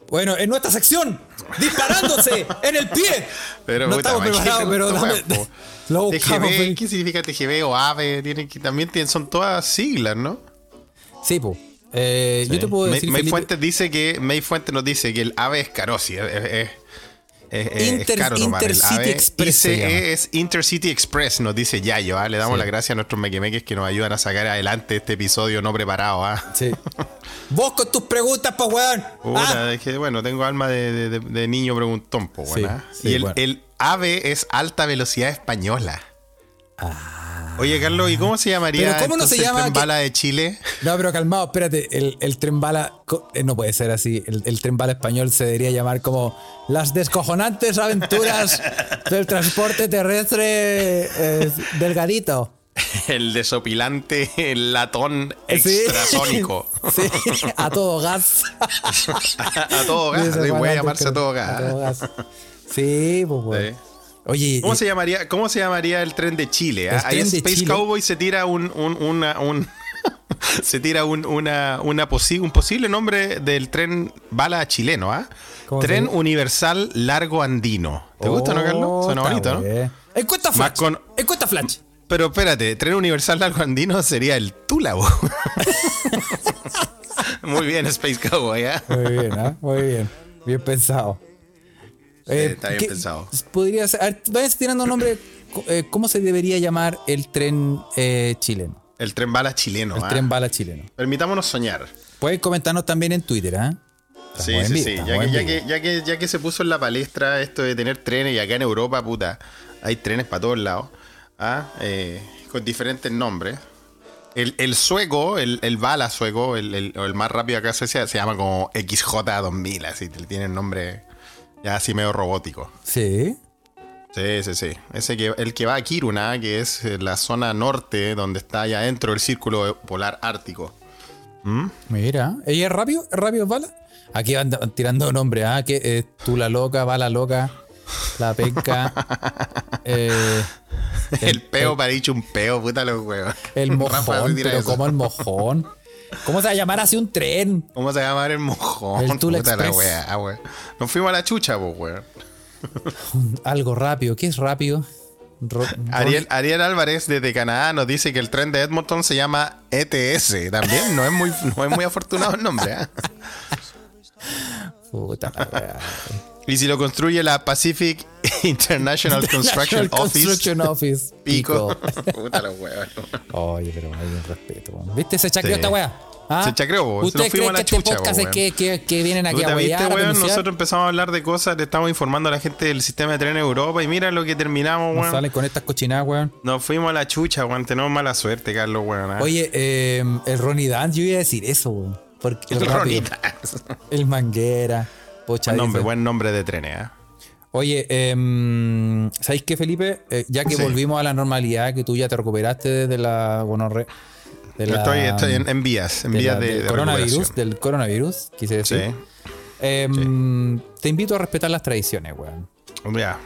B: bueno, en nuestra sección, disparándose en el pie.
A: Pero,
B: no
A: puta,
B: estamos
A: imagínate,
B: preparados, pero
A: weón,
B: dame-
A: po.
B: lo
A: TGB,
B: buscamos. Felipe.
A: ¿qué significa TGB o AVE? Tienen que, también tienen- son todas siglas, ¿no?
B: Sí, po. Eh, Yo te puedo
A: May-
B: decir,
A: May
B: Felipe,
A: Fuentes dice que May Fuentes nos dice que el AVE es caro, sí, es, es- es- es- es
B: Inter-
A: caro tomar el
B: Intercity
A: AVE.
B: Express se
A: ICE
B: llama.
A: es Intercity Express, nos dice Yayo. ¿ah? Le damos las gracias a nuestros mequimeques que nos ayudan a sacar adelante este episodio no preparado. ¿ah?
B: sí. Vos con tus preguntas, pues, weón. Ah,
A: Puta, es que, bueno, tengo alma de, de- de- de niño preguntón, po,
B: Sí,
A: bueno, ¿ah?
B: sí,
A: Y el,
B: bueno.
A: el AVE es alta velocidad española. Oye, Carlos, ¿y cómo se llamaría
B: Ah. Pero ¿cómo no se
A: entonces, el
B: llama
A: tren
B: que-
A: bala de Chile?
B: No, pero calmado, espérate. El, el tren bala. co- eh, no puede ser así. El, el tren bala español se debería llamar como las descojonantes aventuras del transporte terrestre eh, delgadito.
A: El desopilante el latón
B: Sí.
A: extrasónico.
B: Sí, a todo gas.
A: a todo gas,
B: Sí,
A: sí, voy a
B: Juan,
A: llamarse a todo gas.
B: todo gas. Sí, pues bueno.
A: Sí.
B: Oye,
A: ¿Cómo
B: eh,
A: se, llamaría, ¿Cómo se llamaría el tren de Chile? ah?
B: El
A: Ahí
B: tren de
A: Space
B: Chile.
A: Cowboy se tira un, un- una, un- se tira un, una, una posi- un posible nombre del tren bala chileno, ¿ah?
B: ¿Cómo
A: Tren
B: se- Oh,
A: Universal Largo Andino. ¿Te gusta, no, Carlos? Suena
B: está
A: bonito, ¿no?
B: bien. Encuesta flash.
A: Más con-
B: Encuesta flash.
A: Pero espérate, Tren Universal Largo Andino sería el Túlabo. Muy bien, Space Cowboy, ¿ah?
B: Muy bien, ¿ah? Muy bien. Bien pensado. Eh,
A: está bien
B: ¿qué-
A: pensado.
B: Podría ser. a ver, váyanse tirando un nombre. co- eh, ¿Cómo se debería llamar el tren eh, chileno?
A: El tren bala chileno,
B: El
A: ¿ah?
B: tren bala chileno.
A: Permitámonos soñar.
B: Pueden comentarnos también en Twitter, ¿ah? Estamos
A: Sí,
B: en
A: sí,
B: vivo,
A: sí. Ya
B: estamos
A: que,
B: en
A: ya,
B: vivo.
A: que, ya, que, ya que se puso en la palestra esto de tener trenes y acá en Europa, puta, hay trenes para todos lados, ¿ah? Eh, con diferentes nombres. El, el sueco, el, el bala sueco, el, el- o el más rápido acá en Suecia, se llama como XJ2000, así le tiene el nombre ya así medio robótico.
B: Sí.
A: Sí, sí, sí. Ese que, el que va a Kiruna, que es eh, la zona norte donde está allá dentro el círculo polar ártico.
B: Mira, ella es rápido, ¿Es rápido es bala. Aquí van van tirando nombres, ah, que eh, tú la loca, bala loca, la penca, eh,
A: El, peo, para dicho un peo, puta los huevos.
B: el
A: Rafa,
B: mojón,
A: tira
B: pero
A: eso.
B: como el mojón. ¿Cómo se va a llamar así un tren?
A: ¿Cómo se llama el mojón?
B: El Tula
A: Puta la
B: Express.
A: weá, weón. Nos fuimos a la chucha, pues, weón.
B: Algo rápido, ¿qué es rápido? Ro-
A: Ariel, Ariel Álvarez desde Canadá nos dice que el tren de Edmonton se llama ETS. También no es muy, no es muy afortunado el nombre. ¿ah?
B: Puta la wea.
A: Y si lo construye la Pacific International Construction Office.
B: Construction Office.
A: Pico.
B: Pico.
A: Puta los huevos.
B: Oye, pero hay un respeto. weón. ¿viste? Se chacrió
A: Sí.
B: esta wea. ¿Ah?
A: Se chacreó, weón. Se nos
B: ¿Ustedes
A: fuimos
B: creen
A: a la
B: que este
A: chucha,
B: podcast es
A: weón.
B: que, que, que vienen aquí
A: Puta,
B: a
A: ¿viste,
B: huear, a
A: weón?
B: denunciar?
A: Nosotros empezamos a hablar de cosas, le estamos informando a la gente del sistema de tren en Europa y mira lo que terminamos,
B: Nos
A: weón.
B: salen con estas cochinadas, weón.
A: Nos fuimos a la chucha, weón. Tenemos mala suerte, Carlos, weón. ¿ah?
B: Oye, eh, el Ronnie Dan, yo iba a decir eso, weón. Porque el,
A: El
B: rápido,
A: Ronitas.
B: el manguera, pocha.
A: Buen nombre, buen nombre de trenes, ¿ah?
B: Oye, eh, ¿sabéis qué, Felipe? Eh, ya que
A: Sí.
B: volvimos a la normalidad, que tú ya te recuperaste de la gonorrea. de
A: Yo
B: la-
A: estoy, estoy en, en vías, en
B: de
A: vías
B: la-
A: de,
B: del
A: de
B: coronavirus,
A: recuperación.
B: del coronavirus, quise decir. Em,
A: Sí.
B: Eh, Te invito a respetar las tradiciones, weón.
A: Ya.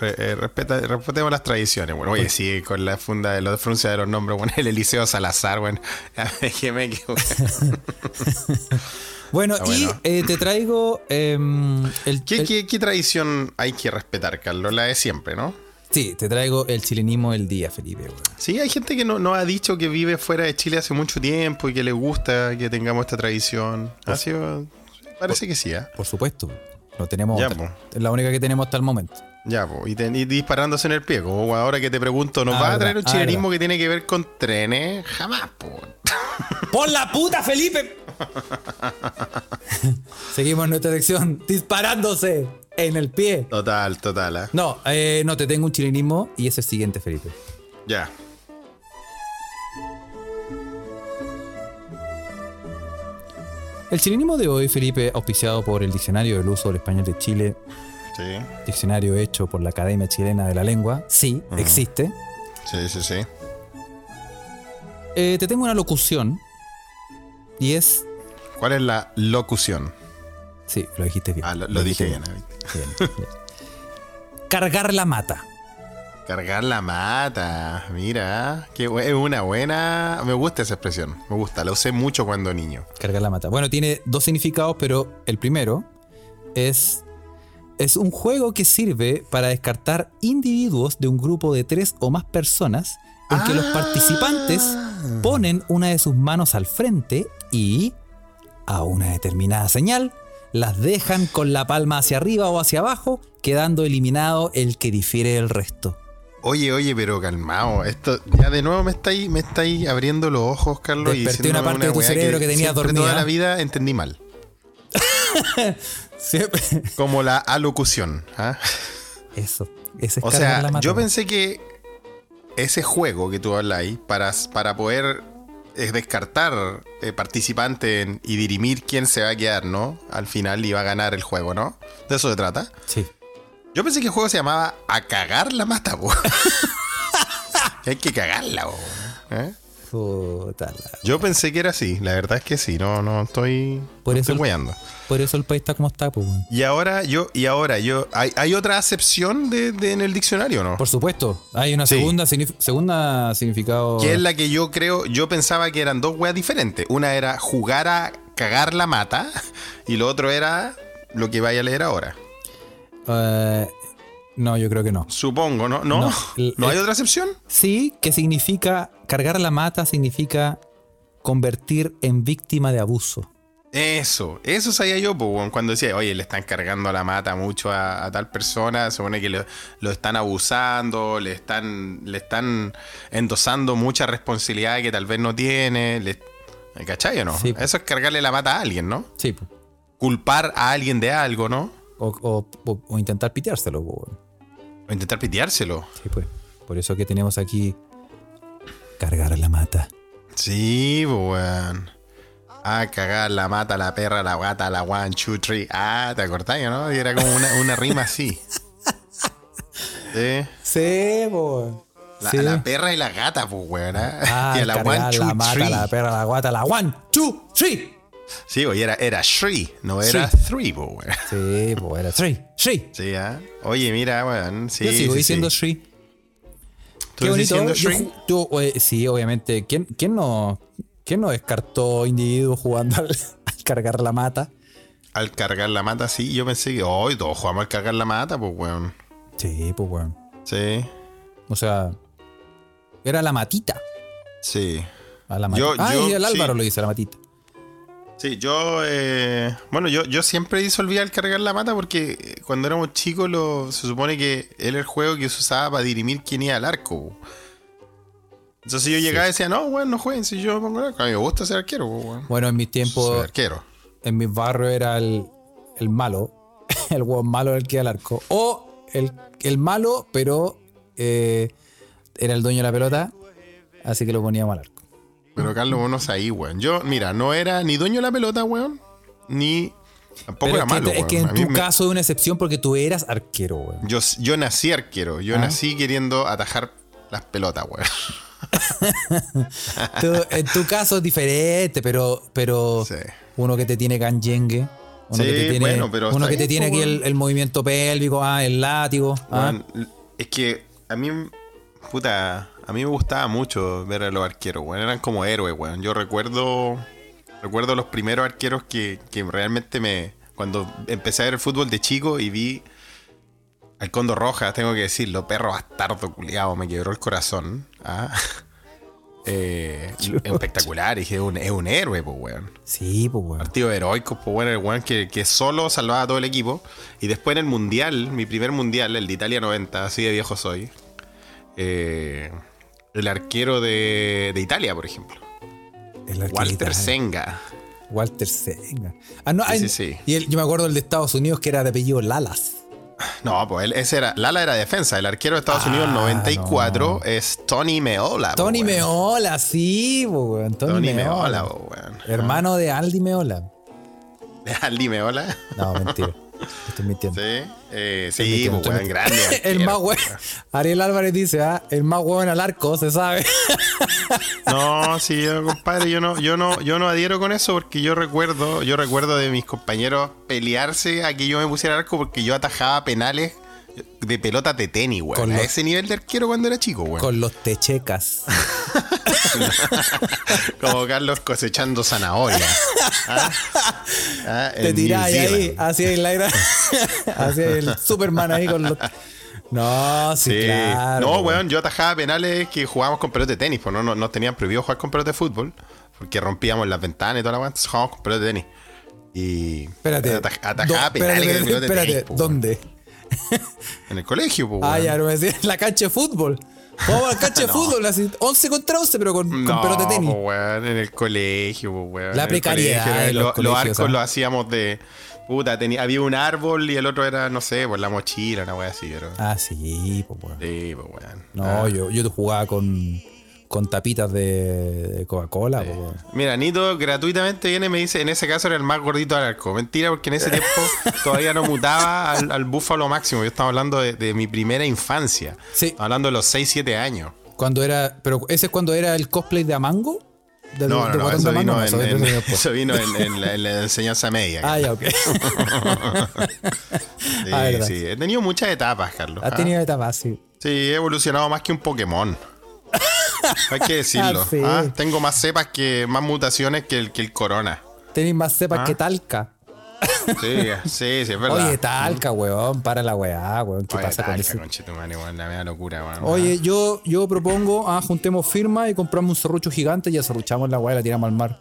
A: Re- eh, respeta- respetemos las tradiciones, bueno.
B: Pues-
A: Oye, sí, con la funda de los fruncia de los nombres, bueno, el Eliseo Salazar, bueno. Ya me quemé, que, bueno.
B: Bueno,
A: Ah,
B: y
A: bueno.
B: eh, te traigo em, el,
A: ¿Qué,
B: el-
A: qué, qué tradición hay que respetar, Carlos? La de siempre, ¿no?
B: Sí, te traigo el chilenismo del día, Felipe. weón.
A: Sí, hay gente que no, no ha dicho que vive fuera de Chile hace mucho tiempo y que le gusta que tengamos esta tradición. Ha
B: Pues
A: sido- Parece que sí, ¿ah?
B: Por supuesto. Lo tenemos.
A: Ya,
B: hasta-
A: po.
B: es la única que tenemos hasta el momento.
A: Ya, po, y, te- y disparándose en el pie. Como ahora que te pregunto, ¿nos
B: Ah,
A: va a
B: verdad,
A: traer un
B: ah,
A: chilenismo que tiene que ver con trenes? Jamás, po.
B: ¡Por la puta, Felipe! Seguimos nuestra sección disparándose en el pie.
A: Total, total, ¿ah?
B: No, eh, no, te tengo un chilenismo y es el siguiente, Felipe.
A: Ya.
B: El chilenismo de hoy, Felipe, auspiciado por el Diccionario del Uso del Español de Chile,
A: Sí,
B: diccionario hecho por la Academia Chilena de la Lengua, sí, existe.
A: sí, sí, sí.
B: Eh, te tengo una locución y es...
A: ¿Cuál es la locución?
B: Sí, lo dijiste bien.
A: Ah, lo, lo dije bien. ¿eh?
B: Bien, bien. Cargar la mata.
A: Cargar la mata. Mira, que es una buena. Me gusta esa expresión. Me gusta. La usé mucho cuando niño.
B: Cargar la mata. Bueno, tiene dos significados, pero el primero es... Es un juego que sirve para descartar individuos de un grupo de tres o más personas en que los
A: Ah.
B: participantes ponen una de sus manos al frente y, a una determinada señal, las dejan con la palma hacia arriba o hacia abajo, quedando eliminado el que difiere del resto.
A: Oye, oye, pero calmado. Esto ya de nuevo me estáis me estáis abriendo los ojos, Carlos. y
B: Desperté una
A: diciéndome
B: parte de tu
A: weá
B: cerebro que tenías
A: siempre
B: dormida.
A: Toda la vida entendí mal.
B: Siempre-
A: Como la alocución. ¿ah?
B: Eso. Ese es
A: O
B: cargar la
A: sea,
B: mata.
A: yo pensé que ese juego que tú habláis para, para poder eh, descartar eh, participantes en- y dirimir quién se va a quedar, ¿no? Al final iba a ganar el juego, ¿no? De eso se trata.
B: Sí.
A: Yo pensé que el juego se llamaba A cagar la mata, po. Que hay que cagarla, po. ¿eh?
B: Puta la-
A: Yo pensé que era así, la verdad es que sí, no, no estoy,
B: Por
A: no
B: eso-
A: estoy weyando.
B: Por eso el país está como está, pues. weón.
A: Y ahora yo, y ahora yo, ¿hay, hay otra acepción de, de- en el diccionario, no?
B: Por supuesto, hay una
A: Sí.
B: segunda, signif- segunda significado.
A: Que es la que yo creo, yo pensaba que eran dos weas diferentes. Una era jugar a cagar la mata y lo otro era lo que vaya a leer ahora.
B: Eh, no, yo creo que no.
A: Supongo, ¿no? ¿No?
B: No, Eh,
A: ¿No,
B: el-
A: hay
B: el-
A: otra acepción?
B: Sí, que significa cargar la mata, significa convertir en víctima de abuso.
A: Eso, eso sabía yo, po, weón, cuando decía, oye, le están cargando la mata mucho a, a tal persona, se supone que lo, lo están abusando, le están, le están endosando mucha responsabilidad que tal vez no tiene. Le, ¿Cachai o no?
B: Sí, po.
A: Eso es cargarle la mata a alguien, ¿no?
B: Sí, po.
A: Culpar a alguien de algo, ¿no?
B: o, o- o- o intentar piteárselo. po, weón.
A: O intentar piteárselo.
B: Sí, pues. Por eso que tenemos aquí cargar la mata.
A: Sí, po, weón. Ah, cagar, la mata, la perra, la gata, la one, two, three. Ah, ¿te acordás, no? Y era como una, una rima así. Sí.
B: Sí, po.
A: La, la perra y la gata, pues, weón. ¿ah?
B: Ah,
A: y a la
B: cargar
A: one, two,
B: la mata,
A: three.
B: la perra, la guata, la one, two, three.
A: Sí, oye, era, era three, no era
B: Sí.
A: three, pues, weón.
B: Sí, pues era three, three.
A: Sí, ¿ah? Oye, mira, weón. Sí,
B: yo sigo
A: sí,
B: diciendo
A: sí.
B: three.
A: ¿Tú sigues diciendo
B: Yo
A: three?
B: ju- yo, eh, sí, obviamente. ¿Quién, quién no, quién no descartó individuos jugando al, al cargar la mata?
A: Al cargar la mata, sí. Yo pensé que, hoy todos jugamos al cargar la mata, pues, weón.
B: Sí, pues weón.
A: Sí,
B: O sea, era la matita.
A: sí.
B: A la matita.
A: Yo-
B: ah,
A: yo-
B: y el Álvaro
A: sí.
B: lo dice, la matita.
A: Sí, yo. eh, bueno, yo, yo siempre disolvía el cargar la mata porque eh, cuando éramos chicos lo, se supone que era el juego que se usaba para dirimir quién iba al arco. po. Entonces yo llegaba y decía, no, weón, no jueguen si yo me pongo el arco. A mí me gusta ser arquero, po, weón.
B: Bueno, en mis
A: Soy
B: tiempos,
A: arquero.
B: en mis barrios era el, el malo. El weón malo el que iba al arco. O el, el malo, pero eh, era el dueño de la pelota. Así que lo poníamos al arco.
A: Pero Carlos, vos no ahí, weón. Yo, mira, no era ni dueño de la pelota, weón, ni. Tampoco
B: Pero
A: era
B: es que,
A: malo,
B: es
A: weón.
B: que
A: A
B: en
A: mí
B: tu
A: me-
B: caso es una excepción porque tú eras arquero, weón.
A: Yo, yo nací arquero. Yo
B: Ah.
A: nací queriendo atajar las pelotas, weón.
B: Tú- en tu caso es diferente, pero, pero
A: Sí.
B: uno que te tiene canyengue Uno
A: Sí,
B: que te tiene,
A: bueno, pero
B: uno
A: está
B: que te
A: bien,
B: tiene
A: po,
B: aquí
A: weón.
B: el, el movimiento pélvico, ah, el látigo. ah.
A: Weón, es que a mí, puta, a mí me gustaba mucho ver a los arqueros, weón. Eran como héroes, weón. Yo recuerdo, recuerdo los primeros arqueros que, que realmente me. Cuando empecé a ver el fútbol de chico y vi al Condo Rojas, tengo que decirlo, perro bastardo culiado, me quebró el corazón. ¿ah? Eh, es espectacular, y dije, es un, es un héroe, pues, weón
B: Sí, pues, weón.
A: partidos heroicos, pues bueno, el weón que, que solo salvaba a todo el equipo. Y después en el Mundial, mi primer Mundial, el de Italia 90, así de viejo soy. eh, el arquero de, de Italia, por ejemplo.
B: El arquero
A: Walter
B: italiano.
A: Senga.
B: Walter Senga. Ah, no,
A: Sí,
B: hay-
A: sí, sí.
B: Y el- yo me acuerdo el de Estados Unidos que era de apellido Lalas.
A: No, pues él, ese era, Lala era defensa. El arquero de Estados
B: Ah,
A: Unidos 94 es Tony Meola. po,
B: Tony
A: weón.
B: Meola, sí, po, weón. Tony,
A: Ah, Tony
B: Meola.
A: Meola, pues, po, weón.
B: Hermano de Aldi Meola.
A: De Aldi Meola.
B: No, mentira. Te estoy mintiendo.
A: Sí, eh,
B: Estoy
A: sí,
B: mintiendo,
A: pues
B: estoy
A: weón,
B: mintiendo.
A: grande.
B: El
A: arquero,
B: más weón.
A: weón.
B: Ariel Álvarez dice, ah, el más weón al arco, se sabe.
A: No, sí, yo, compadre, yo no, yo no, yo no adhiero con eso porque yo recuerdo, yo recuerdo de mis compañeros pelearse a que yo me pusiera arco porque yo atajaba penales de pelotas de tenis, güey.
B: Con
A: a
B: los-
A: ese nivel de arquero cuando era chico, güey.
B: Con los techecas.
A: Como Carlos cosechando zanahoria. Ah, ah, en
B: Te tirás
A: New
B: ahí,
A: Zealand.
B: así el aire. Así el Superman ahí con los. No, sí,
A: Sí.
B: claro.
A: no, weón, yo atajaba penales que jugábamos con pelotas de tenis, pues no, no, no tenían prohibido jugar con pelotas de fútbol, porque rompíamos las ventanas y toda la weón, entonces jugábamos con pelotas de tenis. Y
B: Espérate.
A: ataj-
B: Do-
A: atajaba
B: espérate,
A: penales
B: espérate,
A: de pelotas de
B: espérate,
A: tenis, po, weón.
B: ¿dónde?
A: En el colegio, pues.
B: Ah, ya, no me decía, en la cancha de fútbol. Jugamos a la cancha de
A: No.
B: fútbol, así, 11 contra 11, pero con, con pelota de tenis.
A: po, weón, en el colegio, po, weón,
B: La
A: en el
B: precariedad
A: colegio, eh,
B: de
A: lo-
B: los
A: los
B: colegios,
A: arcos
B: ¿ah?
A: los hacíamos de. Puta, tenía, había un árbol y el otro era, no sé, por la mochila, una wea así, pero.
B: Ah, sí, pues bueno.
A: Sí, po, weón.
B: No,
A: Ah.
B: yo, yo jugaba con, con tapitas de, de Coca-Cola, po, weón.
A: Mira, Nito gratuitamente viene y me dice, en ese caso era el más gordito del arco. Mentira, porque en ese tiempo todavía no mutaba al, al búfalo máximo. Yo estaba hablando de, de mi primera infancia.
B: Sí.
A: Estaba hablando de los 6, 7 años.
B: Cuando era. Pero ese es cuando era el cosplay de Amango. De,
A: No, no,
B: de
A: no,
B: Guatón
A: eso
B: de Amango,
A: vino, en,
B: no, eso
A: en-
B: es de después.
A: eso vino en- en la, en la enseñanza media.
B: Ah, ya, ok.
A: Sí,
B: Ah, verdad.
A: sí. He tenido muchas etapas, Carlos.
B: Ha
A: Ah,
B: tenido etapas, sí.
A: Sí, he evolucionado más que un Pokémon. Hay que decirlo.
B: Ah, sí.
A: Ah, tengo más cepas que más mutaciones que el, que el corona.
B: Tenéis más cepas
A: Ah.
B: que Talca.
A: Sí, sí, sí, es verdad. Mm.
B: Oye, Talca, weón, para la weá, weón. ¿Qué
A: Oye,
B: pasa con
A: talca,
B: eso?
A: conchetumare, weón, la media locura, weón.
B: Oye, yo, yo propongo, ah, juntemos firmas y compramos un serrucho gigante y aserruchamos la weá y la tiramos al mar.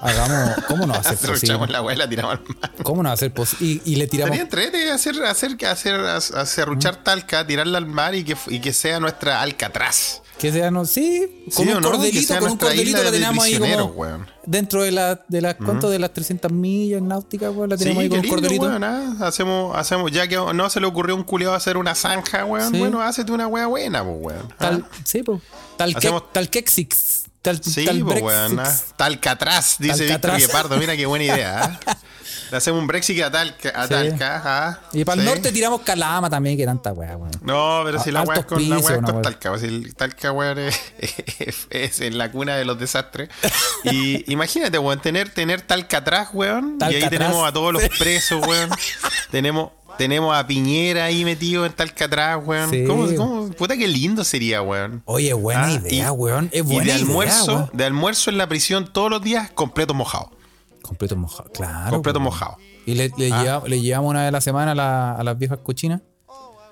B: Hagamos. ¿Cómo no va a ser
A: Cerruchamos
B: posible?
A: Ah, la abuela, tiramos al mar.
B: ¿Cómo no va a ser posible? Y, y le tiramos.
A: Estaría entrete hacer, hacer, hacer, cerruchar talca, tirarla al mar y que, y que sea nuestra Alcatraz.
B: Que sea, no, sí, con
A: ¿Sí o no?
B: un
A: Que
B: cordelito,
A: sea
B: con un
A: nuestra
B: cordelito
A: isla
B: la
A: de
B: tenemos ahí como.
A: prisioneros, weón.
B: Dentro de, la, de las, ¿cuánto? De las 300 millas náuticas, weón, la
A: Sí,
B: tenemos ahí
A: qué
B: con un
A: lindo,
B: cordelito.
A: weón, ah. Hacemos, hacemos, ya que no se le ocurrió a un culiado hacer una zanja, weón.
B: Sí.
A: Bueno, hácete una wea buena, pues, weón. Ah.
B: Tal, sí, po. Tal,
A: Hacemos-
B: que, tal quexix. Tal,
A: Sí,
B: tal
A: pues, weón. ah.
B: brexix.
A: Talcatraz, dice Víctor
B: Talcatraz.
A: Guepardo. Mira qué buena idea. ah. Le hacemos un Brexit a Talca. a
B: Sí.
A: Talca, ah.
B: Y para el
A: Sí.
B: norte tiramos calama también, que tanta weá, weón.
A: No, pero si
B: A-
A: la weá es
B: altos
A: con, la
B: pisos,
A: weá es
B: una
A: con
B: weá.
A: Talca. pues, el Talca, weón, es, es en la cuna de los desastres. Y imagínate, weón, tener, tener Talcatraz, weón. y ahí
B: Talcatraz.
A: tenemos a todos los presos, weón. tenemos, tenemos a Piñera ahí metido en Talcatraz, weón.
B: Sí.
A: ¿Cómo, cómo- Puta, qué lindo sería, weón.
B: Oye, buena
A: Ah,
B: idea,
A: y-
B: weón. Es buena
A: y de
B: idea,
A: almuerzo,
B: weón.
A: de almuerzo en la prisión todos los días, completo mojado.
B: Completo mojado, claro.
A: completo
B: weón.
A: mojado. Ah.
B: Y le, le lleva- le llevamos una vez a la semana a, la- a las viejas cochinas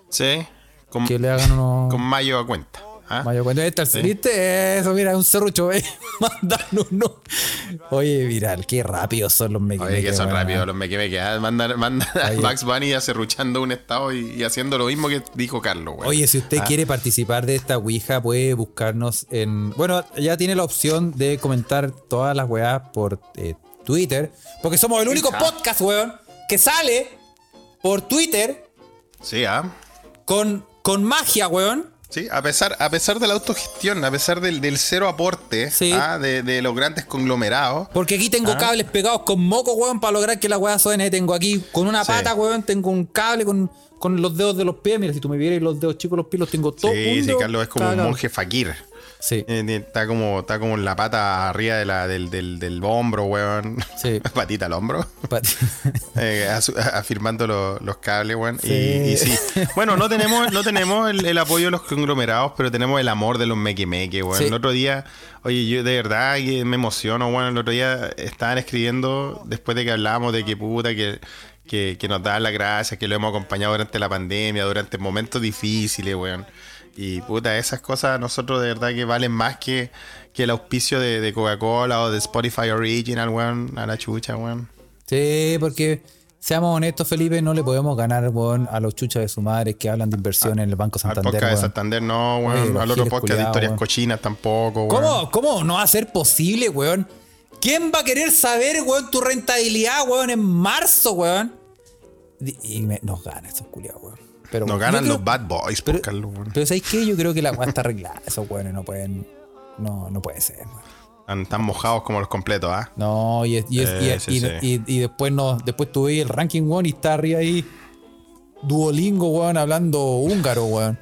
A: Sí. Con,
B: que le hagan unos.
A: con mayo a cuenta. ¿ah?
B: Mayo cuando esta, ¿viste? Eso, mira, un serrucho, eh. Mandan uno. Oye, viral, qué rápidos son los mequimeques.
A: Oye, que son
B: weón.
A: rápidos los mequemeques. ¿ah? Mandan, mandan a Max Bunny acerruchando un estado y, y haciendo lo mismo que dijo Carlos, güey.
B: Oye, si usted quiere participar de esta Ouija, puede buscarnos en. Bueno, ya tiene la opción de comentar todas las weas por eh, Twitter. Porque somos el único
A: Ajá.
B: podcast, weón, que sale por Twitter
A: Sí, ¿ah?
B: con, con magia, weón.
A: Sí, a pesar, a pesar de la autogestión, a pesar del, del cero aporte
B: Sí.
A: ¿ah? de, de los grandes conglomerados.
B: Porque aquí
A: Ah.
B: tengo cables pegados con moco, weón, para lograr que la weá suene. Tengo aquí con una
A: Sí.
B: pata, weón, tengo un cable con, con los dedos de los pies. Mira, si tú me vieras los dedos chicos, los pies los tengo todos.
A: Sí, sí,
B: juntos,
A: Carlos es como un
B: cagado.
A: monje fakir.
B: Sí,
A: Eh, eh, Está como, está como en la pata arriba de la, del, del, del hombro, weón.
B: sí.
A: Patita al hombro.
B: Pat-
A: Eh, asu- afirmando lo- los cables, weón. Y-
B: Sí.
A: Y, sí. Bueno, no tenemos, no tenemos el, el apoyo de los conglomerados, pero tenemos el amor de los meque-meque, weón.
B: Sí.
A: El otro día, oye, yo de verdad que me emociono, weón. El otro día estaban escribiendo, después de que hablábamos de que puta, que, que, que nos daban las gracias, que lo hemos acompañado durante la pandemia, durante momentos difíciles, weón. Y puta, esas cosas a nosotros de verdad que valen más que, que el auspicio de, de Coca-Cola o de Spotify Original, weón. A la chucha, weón.
B: Sí, porque seamos honestos, Felipe, no le podemos ganar weón, a los chuchas de su madre que hablan de inversión en el Banco
A: Ah, Al
B: Santander.
A: podcast de
B: weón.
A: Santander no,
B: Oye,
A: weón.
B: los
A: Al otro
B: giles
A: podcast de
B: culiados,
A: historias
B: weón.
A: cochinas tampoco, weón.
B: ¿Cómo, ¿Cómo no va a ser posible, weón? ¿Quién va a querer saber, weón, tu rentabilidad, weón, en marzo, weón? Di- Y me- nos ganan esos culiados, weón. Pero,
A: Nos
B: weón,
A: ganan
B: yo creo-
A: los bad boys, por
B: pero-
A: Carlos, weón.
B: Pero ¿sabéis qué? Yo creo que la weá está arreglada. Esos weones no pueden. No, no puede ser, weón.
A: Están tan mojados como los completos, ¿ah?
B: No, y, es- y, es- y-
A: Eh, sí,
B: y,
A: sí.
B: y- y después no, después tuve el ranking, weón, y está arriba ahí. Duolingo, weón, hablando húngaro, weón.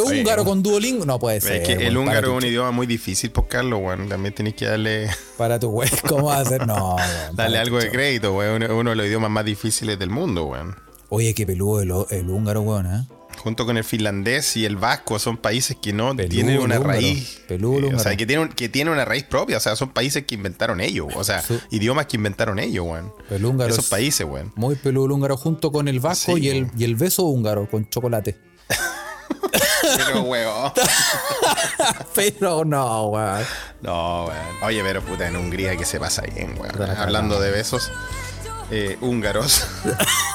A: Oye, eh,
B: húngaro con Duolingo. No puede ser.
A: es que el
B: weón, para
A: húngaro es
B: tu-
A: un idioma muy difícil, por Carlos, weón. También tenés que darle,
B: Para tu weón, ¿cómo vas a hacer? No, weón.
A: darle
B: para
A: algo
B: tu-
A: de crédito, weón. Es uno de los idiomas más difíciles del mundo, weón.
B: Oye, qué peludo el, o- el húngaro, weón, ¿eh?
A: Junto con el finlandés y el vasco, son países que no
B: Peludo
A: tienen
B: el
A: una
B: húngaro.
A: raíz.
B: Peludo el
A: eh, o sea,
B: húngaro.
A: que tienen, que tienen una raíz propia. O sea, son países que inventaron ellos. O sea,
B: Su-
A: idiomas que inventaron ellos, weón.
B: El húngaro.
A: Esos
B: es
A: países, weón.
B: Muy peludo el húngaro junto con el vasco
A: Sí,
B: y, el,
A: weón.
B: y el beso húngaro con chocolate.
A: Pero, weón.
B: Pero no, weón.
A: No, weón. Oye, pero puta, en Hungría que se pasa bien, weón.
B: Puta la cagada.
A: Hablando de besos eh, húngaros.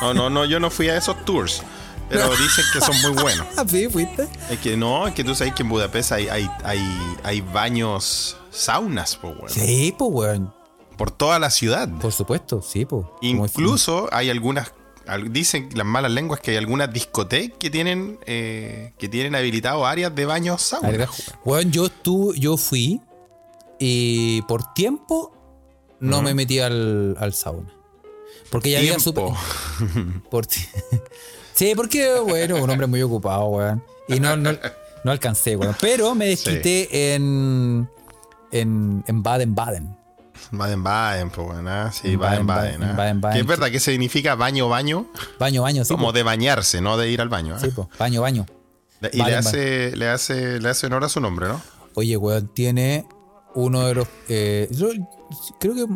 A: no, no, no, yo no fui a esos tours. Pero dicen que son muy buenos.
B: Ah, sí, fuiste.
A: Es que no, es que tú sabes que en Budapest hay, hay, hay, hay baños, saunas, po, weón.
B: Sí, pues, weón.
A: Por toda la ciudad.
B: Por supuesto, sí, pues.
A: Incluso hay algunas, al- dicen las malas lenguas que hay algunas discotecas que tienen, eh, que tienen habilitado áreas de baños saunas.
B: Alga-
A: weón.
B: Weón, yo estu- yo fui y por tiempo
A: Mm.
B: no me metí al, al sauna. Porque ya había super,
A: Tiempo.
B: por ti- Sí, porque, bueno, un hombre muy ocupado, weón. Y no, no, no alcancé, weón. Pero me desquité en, en, en Baden-Baden.
A: Baden Baden, pues bueno, ah, sí, Baden
B: Baden,
A: Baden.
B: Baden,
A: ah.
B: Baden, Baden,
A: Que es verdad que significa baño, baño,
B: Baño, baño, sí.
A: como
B: po.
A: de bañarse, no de ir al baño. ah.
B: Sí, po. Baño, baño.
A: Le- y
B: Baden,
A: le, hace, le, hace, le hace honor a su nombre, ¿no?
B: Oye, weón, tiene uno de los. eh, yo creo que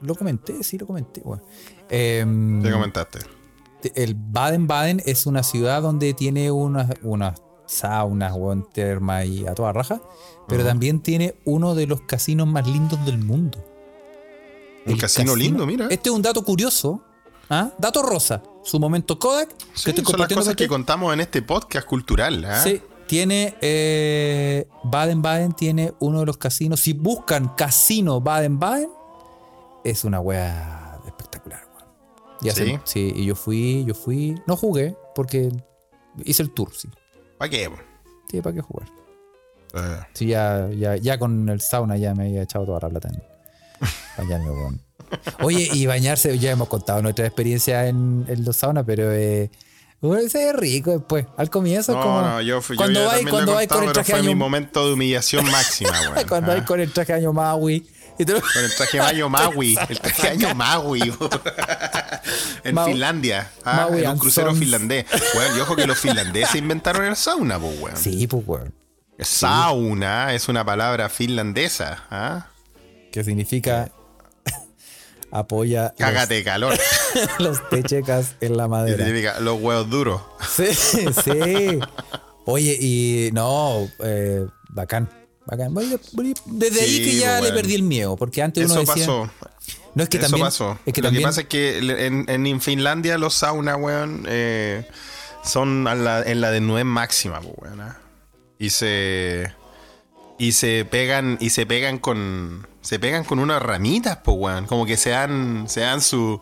B: lo comenté, sí, lo comenté, weón. Em,
A: Te comentaste.
B: te- el Baden-Baden es una ciudad donde tiene unas, unas saunas, weón, terma y a toda raja, pero también tiene uno de los casinos más lindos del mundo.
A: Un casino lindo, mira.
B: Este es un dato curioso. ¿ah? Dato rosa. Su momento Kodak.
A: Sí, son las cosas
B: con
A: que
B: ti.
A: contamos en este podcast cultural. ¿ah?
B: Sí, tiene. eh, Baden-Baden tiene uno de los casinos. Si buscan casino Baden-Baden, es una wea espectacular, weón. Y hace-
A: Sí.
B: sí, y yo fui, yo fui. No jugué, porque hice el tour, sí.
A: ¿Para qué?
B: Sí, ¿para qué jugar?
A: Eh,
B: Sí, ya, ya, ya con el sauna ya me había echado toda la plata en bañarme, weón. Oye, y bañarse, ya hemos contado nuestra experiencia en, en los saunas, pero eh, weón, ese es rico después. Al comienzo es
A: No,
B: como.
A: no, yo fui yo
B: cuando
A: ya
B: vais,
A: también lo he
B: cuando vais
A: contado,
B: con el
A: pero
B: traje
A: fue mi
B: año.
A: momento de humillación máxima, weón.
B: Cuando
A: ah.
B: vais con el traje año Maui. Y te lo-
A: Con el traje de baño Maui, el traje de baño Maui. en
B: Mau-
A: Finlandia, ah,
B: Maui
A: en un
B: and
A: crucero
B: Sons.
A: finlandés. Weón, y ojo que los finlandeses inventaron el sauna, pues, weón.
B: Sí, pues, weón.
A: Sauna es una palabra finlandesa. ¿ah?
B: Que significa. apoya
A: Cágate de calor.
B: los, los techecas en la madera.
A: Significa los huevos duros.
B: Sí, sí. Oye, y no, eh, bacán. Bacán. Oye, oye, Desde ahí
A: Sí,
B: que ya
A: pues,
B: le
A: bueno.
B: perdí el miedo, porque antes
A: Eso
B: uno decía.
A: pasó.
B: No es que
A: Eso
B: también.
A: pasó.
B: Es que
A: Lo
B: también.
A: que pasa es que le- en, en Finlandia los saunas, weón, eh, son a la- en la de nuez máxima, pues, weón. ah. Y se. Y se pegan. Y se pegan con. Se pegan con unas ramitas, pues, weón. Como que se dan. Se dan su.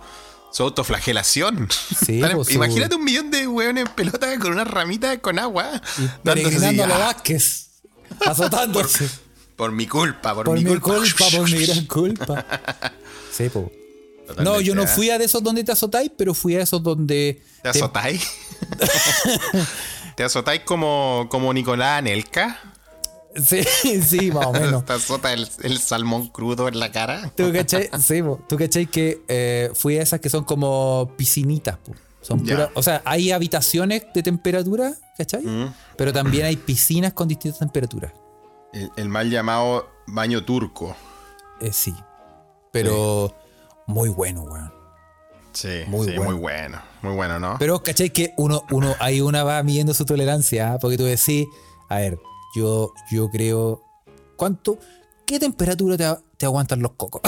A: Su autoflagelación.
B: Sí,
A: Están en-
B: pues, su-
A: Imagínate un millón de weones en pelota con unas ramitas con agua. dándose así,
B: Peregrinando a los
A: ah,
B: Vázquez. Azotándose.
A: Por mi culpa, por,
B: por,
A: mi, culpa.
B: por mi gran culpa. Sí, po.
A: Totalmente,
B: No, yo no
A: ¿eh?
B: fui a de esos donde te azotáis, pero fui a esos donde.
A: ¿Te azotáis? ¿Te azotáis como, como Nicolás Anelka?
B: Sí, sí, más o menos.
A: Te azota el, el salmón crudo en la cara.
B: ¿Tú cachai? Sí, po. ¿Tú cachai que eh, fui a esas que son como piscinitas? po? Son
A: Ya.
B: pura- o sea, hay habitaciones de temperatura, ¿cachai?
A: Mm.
B: Pero también hay piscinas con distintas temperaturas.
A: El, el mal llamado baño turco.
B: Eh, sí. Pero muy bueno, weón.
A: Sí,
B: Muy
A: sí,
B: bueno.
A: muy bueno. Muy bueno, ¿no?
B: Pero, ¿cachai? Que uno, uno, ahí una va midiendo su tolerancia, ¿ah? porque tú decís, a ver, yo, yo creo, ¿cuánto, qué temperatura te, a- te aguantan los cocos?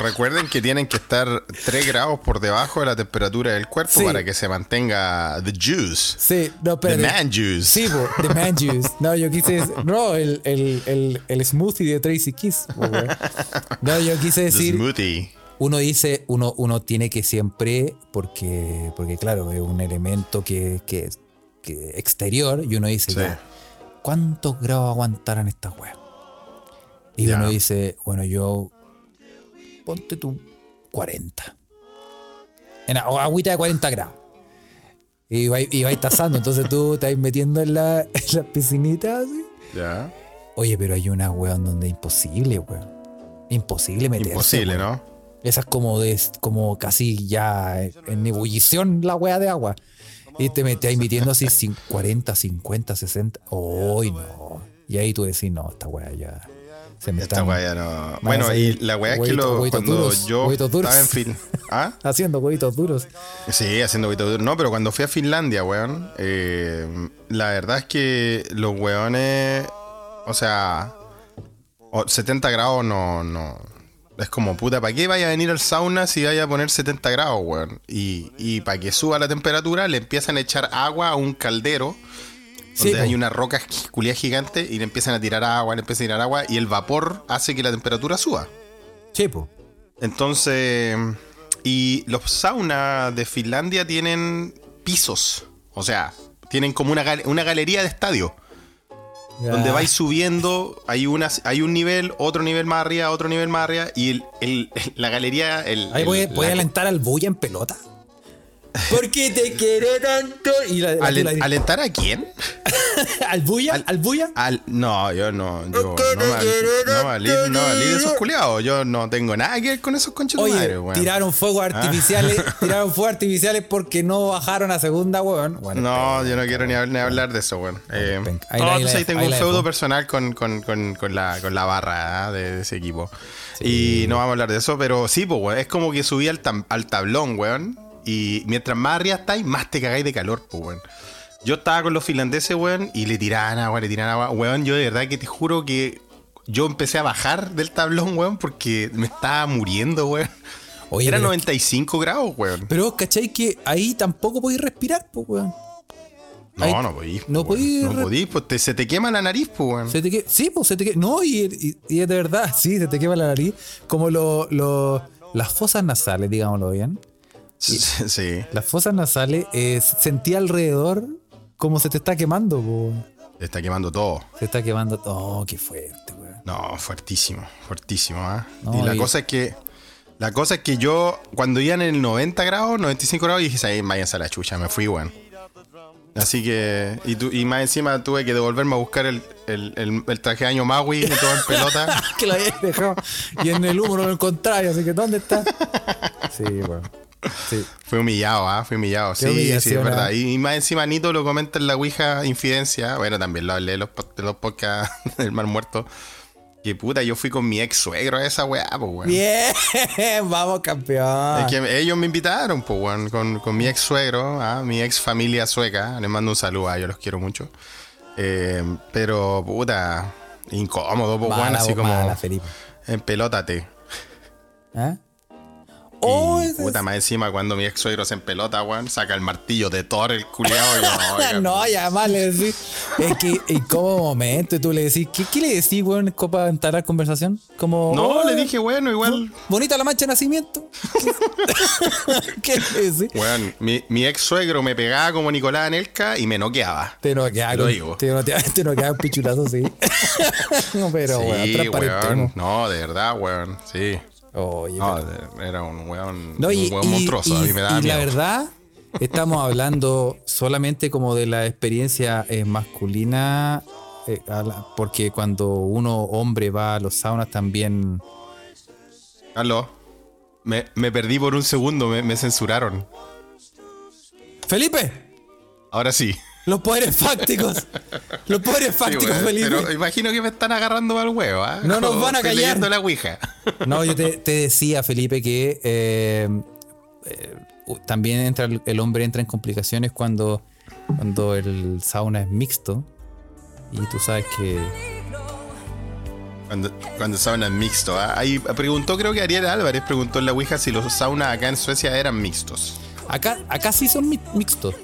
A: Recuerden que tienen que estar 3 grados por debajo de la temperatura del cuerpo
B: Sí.
A: para que se mantenga the juice.
B: Sí, no,
A: The
B: pero...
A: man juice.
B: Sí, po, The Man Juice. No, yo quise decir. No, el, el, el, el smoothie de Tracy Kiss. po, weón. No, yo quise
A: The
B: decir.
A: smoothie.
B: Uno dice, uno, uno tiene que siempre, porque, porque claro, es un elemento que, que, que exterior, y uno dice,
A: Sí.
B: ya, ¿cuántos grados aguantarán estas weas? Y
A: Ya.
B: uno dice, bueno, yo ponte tú 40. En a- agüita de 40 grados. Y vais y vais tasando, entonces tú te vas metiendo en la, en la piscinita así.
A: Ya.
B: Oye, pero hay una weón donde es imposible, weón. Imposible meterse.
A: Imposible,
B: este,
A: ¿no?
B: Esa es como, de, como casi ya en ebullición la wea de agua. Y te metes emitiendo así cin- 40, 50, 60. ¡Uy, no! Y ahí tú decís, no, esta wea ya se me
A: Esta
B: está
A: weá ya no. Bueno, y la weá es que
B: Huevitos-
A: lo,
B: huevitos
A: cuando
B: duros,
A: yo
B: huevitos duros.
A: estaba en fin. ¿Ah?
B: haciendo huevitos duros.
A: Sí, haciendo huevitos duros. No, pero cuando fui a Finlandia, weón, eh, la verdad es que los weones. O sea, o- 70 grados no. no es como, puta, ¿para qué vaya a venir al sauna si vaya a poner 70 grados, weón? Y, y para que suba la temperatura, le empiezan a echar agua a un caldero.
B: Sí,
A: donde hay
B: po.
A: una roca gi- culiá gigante y le empiezan a tirar agua, le empiezan a tirar agua y el vapor hace que la temperatura suba.
B: Chepo.
A: Entonces, y los saunas de Finlandia tienen pisos, o sea, tienen como una, gal- una galería de estadio, donde vais subiendo, hay, unas, hay un nivel, otro nivel más arriba, otro nivel más arriba, y el- el- la galería... El,
B: Ahí
A: el-
B: voy,
A: la-
B: voy a alentar al bulla en pelota. Porque te quiere tanto. Y la, la-
A: Alen-
B: la-
A: ¿Alentar a quién?
B: al bulla, al,
A: al-
B: bulla.
A: Al- no, yo no. Yo no
B: Es que
A: me
B: te quiero,
A: no me
B: te
A: alí- no me alí de esos
B: quiero.
A: culiados. Yo no tengo nada que ver con esos conchos de
B: Oye,
A: madre, weón. Ah.
B: tiraron fuegos artificiales, tiraron fuegos artificiales porque no bajaron a segunda, weón. Bueno,
A: No, yo no quiero ni, hab- ni hablar de eso, weón. Eh,
B: penca. Ahí
A: no,
B: la- ahí
A: entonces
B: la
A: ahí
B: dej-
A: tengo
B: ahí
A: un
B: la
A: feudo
B: dejó.
A: personal con, con- con- con la, con la barra ¿ah? de, de ese equipo. Y no vamos a hablar de eso, pero sí, pues, weón. Es como que subí al, tam- al tablón, weón. Y mientras más arriba estáis, más te cagáis de calor, pues, weón. Yo estaba con los finlandeses, weón, y le tiraban agua, le tiraban agua. Weón, yo de verdad que te juro que yo empecé a bajar del tablón, weón, porque me estaba muriendo, weón.
B: Oye,
A: Era
B: pero-
A: 95 grados, weón.
B: Pero ¿cachai que ahí tampoco podéis respirar, pues, weón?
A: No,
B: Ahí-
A: no podís.
B: no
A: po, weón.
B: podís
A: No
B: re-
A: podís, pues te- se te quema la nariz, pues, weón.
B: Se te que- Sí, pues se te que- No, y, y- y es de verdad, sí, se te quema la nariz. Como lo, lo- las fosas nasales, digámoslo bien.
A: Sí. sí.
B: Las fosas nasales, eh, sentí alrededor como se te está quemando, po, weón.
A: Te está quemando todo.
B: Se está quemando. Oh, qué fuerte, weón.
A: No, fuertísimo, fuertísimo, ¿ah?
B: No,
A: y la
B: y-
A: cosa es que. La cosa es que yo, cuando iban en el 90 grados, 95 grados, dije, ahí váyanse a la chucha, me fui, weón. Así que. Y, tu- y más encima tuve que devolverme a buscar el, el- el- el traje de año Maui, todo en pelota.
B: Que lo habías dejado. Y en el humo no lo encontráis, así que ¿dónde está? Sí, weón. Sí.
A: Fue humillado, ¿ah? Fue humillado. Sí, sí, es
B: humillación,
A: verdad.
B: ¿ah?
A: Y, y más encima Nito lo comenta en la Ouija Infidencia. Bueno, también lo hablé en los, pod- de los podcasts del Mar Muerto. Que puta, yo fui con mi ex suegro a esa weá, pues weón.
B: Bien, vamos, campeón.
A: Es que ellos me invitaron, pues weón, con, con mi ex suegro, ¿ah? mi ex familia sueca. Les mando un saludo, ah, yo los quiero mucho. Eh, pero, puta, incómodo, pues weón,
B: Mala,
A: así como
B: mala, Felipe.
A: empelótate.
B: ¿Ah?
A: Y,
B: Oh, ese-
A: puta, más encima cuando mi ex suegro se empelota, weón, saca el martillo de Thor, el culiao. y yo, oiga, pues.
B: no, y además le decís. Es que en como momento y tú le decís, ¿qué, qué le decís, weón, copa entrar a la conversación? Como.
A: No,
B: "Oh,
A: le dije, bueno, igual.
B: Bonita la mancha de nacimiento. ¿Qué le decís?
A: Weón, mi, mi ex suegro me pegaba como Nicolás Anelka y me noqueaba.
B: Te no queda
A: Lo digo.
B: Te no te no queda un pichulazo, sí. No, Pero,
A: sí,
B: weón, transparentemos.
A: weón. No, de verdad, weón. Sí.
B: Oye,
A: No,
B: pero-
A: de- era un weón,
B: No, y,
A: un weón
B: y-
A: monstruoso. a mí
B: y-
A: me daba
B: y la
A: miedo.
B: verdad, estamos hablando solamente como de la experiencia eh, masculina eh, a la- porque cuando uno hombre va a los saunas también.
A: Aló. Me, me perdí por un segundo, me, me censuraron.
B: ¡Felipe!
A: Ahora sí.
B: ¡Los poderes fácticos! ¡Los poderes
A: Sí,
B: fácticos,
A: weón,
B: Felipe!
A: Pero eh, imagino que me están agarrando para el huevo, ¿ah?
B: No nos
A: Como
B: van a
A: estoy
B: callar.
A: leyendo la ouija.
B: No, yo te, te decía, Felipe, que eh, eh, u- también entra el, el hombre entra en complicaciones cuando, cuando el sauna es mixto. Y tú sabes que.
A: Cuando, cuando saunas mixto. ¿ah? Ahí preguntó, creo que Ariel Álvarez preguntó en la ouija si los saunas acá en Suecia eran mixtos.
B: Acá, acá sí son mi- mixtos.